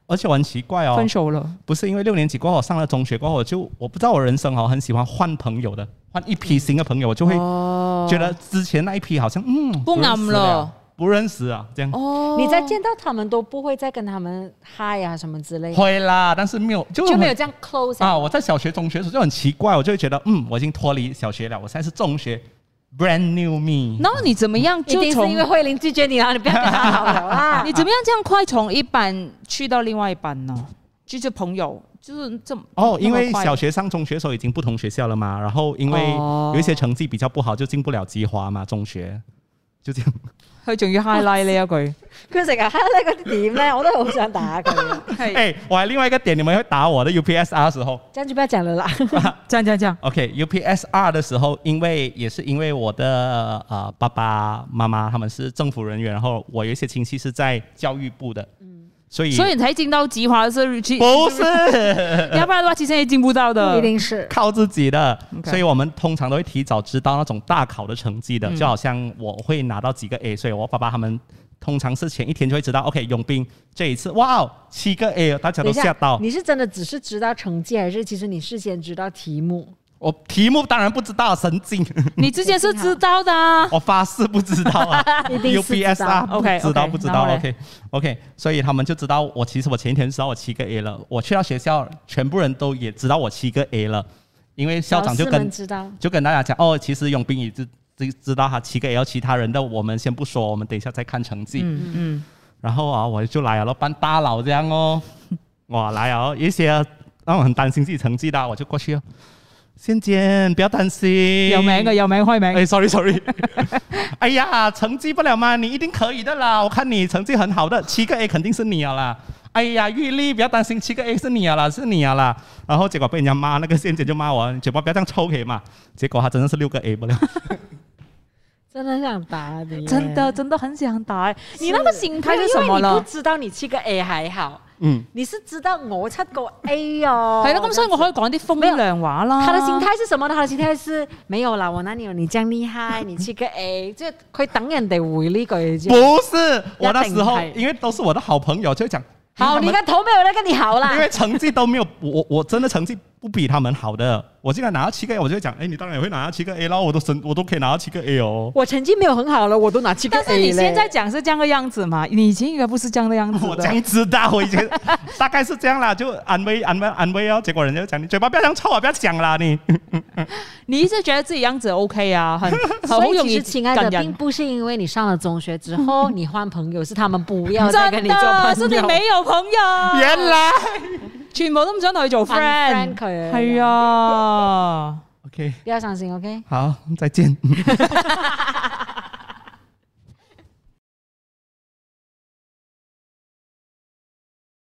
Speaker 3: 而且我很奇怪哦，
Speaker 2: 分手了。
Speaker 3: 不是因为六年级过后，我上了中学过后，我就我不知道我人生好很喜欢换朋友的，换一批新的朋友，我就会
Speaker 2: 哦
Speaker 3: 觉得之前那一批好像嗯
Speaker 2: 不
Speaker 3: 认识
Speaker 2: 啱了，
Speaker 3: 不认识啊，这样、
Speaker 2: 哦
Speaker 1: 你再见到他们都不会再跟他们嗨啊什么之类的，
Speaker 3: 会啦，但是没有就
Speaker 1: 就没有
Speaker 3: 很
Speaker 1: 这样 close
Speaker 3: 啊。
Speaker 1: 啊。
Speaker 3: 我在小学、中学的时候就很奇怪，我就会觉得嗯，我已经脱离小学了，我现在是中学，brand new me。
Speaker 2: 然后你怎么样
Speaker 1: 一
Speaker 2: 就
Speaker 1: 定是
Speaker 2: 从。
Speaker 1: 因为慧玲拒绝你了，你不要跟她好了啦
Speaker 2: 你怎么样这样快从一班去到另外一班呢？就是朋友，就是这么
Speaker 3: 哦，因
Speaker 2: 那
Speaker 3: 为
Speaker 2: 么快
Speaker 3: 小学上中学的时候已经不同学校了嘛，然后因为
Speaker 2: 哦
Speaker 3: 有一些成绩比较不好，就进不了吉华嘛，中学就这样。
Speaker 2: 佢仲要 highlight 呢一句，
Speaker 1: 佢成日嗨咧嗰啲點咧，我都好想打佢。
Speaker 2: 係
Speaker 3: 哎、我还另外一个点，你们会打我的 UPSR 时候，
Speaker 1: 这样就不要讲了啦。
Speaker 2: 这样这样这样，
Speaker 3: OK，UPSR、的时候，因为也是因为我的呃爸爸妈妈他们是政府人员，然后我有一些亲戚是在教育部的，所以
Speaker 2: 所以你才进到吉华是去，
Speaker 3: 不是
Speaker 2: 要不然的话其实也进不到 的
Speaker 1: 一。定是。
Speaker 3: 靠自己的
Speaker 2: OK
Speaker 3: 所以我们通常都会提早知道那种大考的成绩的，
Speaker 2: 嗯
Speaker 3: 就好像我会拿到几个 A，所以我爸爸他们通常是前一天就会知道，OK，永斌这一次哇哦七个 A，哦大家
Speaker 1: 等
Speaker 3: 都
Speaker 1: 一
Speaker 3: 吓
Speaker 1: 下，
Speaker 3: 到。
Speaker 1: 你是真的只是知道成绩，还是其实你事先知道题目？
Speaker 3: 我题目当然不知道，神经，
Speaker 2: 你之前是知道的啊，
Speaker 3: 我发誓不知道啊。
Speaker 1: 一定是知
Speaker 3: UPS 啊
Speaker 1: 道。
Speaker 2: OK，OK，
Speaker 3: 不知道不知道
Speaker 2: 然后
Speaker 3: ，OK OK，所以他们就知道我其实我前一天知道我七个 A 了，我去到学校，全部人都也知道我七个 A 了，因为校长就
Speaker 1: 老师
Speaker 3: 跟
Speaker 1: 们知道，
Speaker 3: 就跟大家讲哦，其实永斌已知知知道他七个 A，了其他人的我们先不说，我们等一下再看成绩。
Speaker 2: 嗯嗯，
Speaker 3: 然后啊，我就来了咯，扮大佬这样哦， 哇，来哦，一些让我很担心自己成绩的啊，我就过去哦，仙姐不要担心，
Speaker 2: 有名嘅有名開名
Speaker 3: 哎。，sorry sorry，哎呀，成绩不了嘛，你一定可以的啦。我看你成绩很好的，七个 A 肯定是你啊啦。哎呀，玉丽，不要担心，七个 A 是你啊啦，是你啊啦。然后结果被人家骂，那个仙姐就骂我，你嘴巴不要这样抽可以嘛。结果她真的是六个 A 不 了。
Speaker 1: 真的很想打你耶，
Speaker 2: 真的真的很想打，
Speaker 1: 是。
Speaker 2: 你那个心态是什么
Speaker 1: 因为你
Speaker 2: 呢
Speaker 1: 不？知道你七个 A 还好，
Speaker 3: 嗯，
Speaker 1: 你是知道我七个 A 哦。
Speaker 2: 係咯，咁所以我可以講啲風涼話啦。
Speaker 1: 他的心態是什麼呢？他的心態是沒有啦，我哪裡有你這樣厲害？你七個 A，即係佢等人哋回呢句啫。
Speaker 3: 不是，我那
Speaker 1: 一定
Speaker 3: 时候
Speaker 1: 係
Speaker 3: 因为都是我的好朋友，就会讲
Speaker 1: 好，你
Speaker 3: 因为他
Speaker 1: 嘅
Speaker 3: 们
Speaker 1: 頭沒有那個你好啦
Speaker 3: 因。为成绩都没有，我我我真的成绩不比他们好的。我竟然拿到七个 A，我就会讲，哎，你当然也会拿到七个 A 咯，我都升，我都可以拿到七个 A 哦。
Speaker 1: 我成績沒有很好了，我都拿七個 A
Speaker 2: 但是你
Speaker 1: 嘞
Speaker 2: 现在讲是这样的样子嘛？你以前应该不是这样的样子
Speaker 3: 我
Speaker 2: 的。
Speaker 3: 讲知道，我以 前大概是这样啦，就安慰安慰安慰哦。结果人家就讲你嘴巴不要这样臭啊，不要讲啦你。
Speaker 2: 你一直觉得自己样子 OK 啊， 很很
Speaker 1: 所
Speaker 2: 好
Speaker 1: 以
Speaker 2: 容
Speaker 1: 其
Speaker 2: 易
Speaker 1: 实，亲爱的，
Speaker 2: 感
Speaker 1: 并
Speaker 2: 人。
Speaker 1: 不是因为你上了中学之 后你换朋友，是他们不要再跟
Speaker 2: 真
Speaker 1: 你做
Speaker 2: 的
Speaker 1: 朋
Speaker 2: 是你
Speaker 1: 友。
Speaker 2: 没有朋友，
Speaker 3: 原來
Speaker 2: 全部都唔想同佢做
Speaker 1: unfriend
Speaker 2: friend，
Speaker 1: 佢
Speaker 2: 系啊，
Speaker 3: OK，
Speaker 1: 不要伤心，OK？
Speaker 3: 好，再见。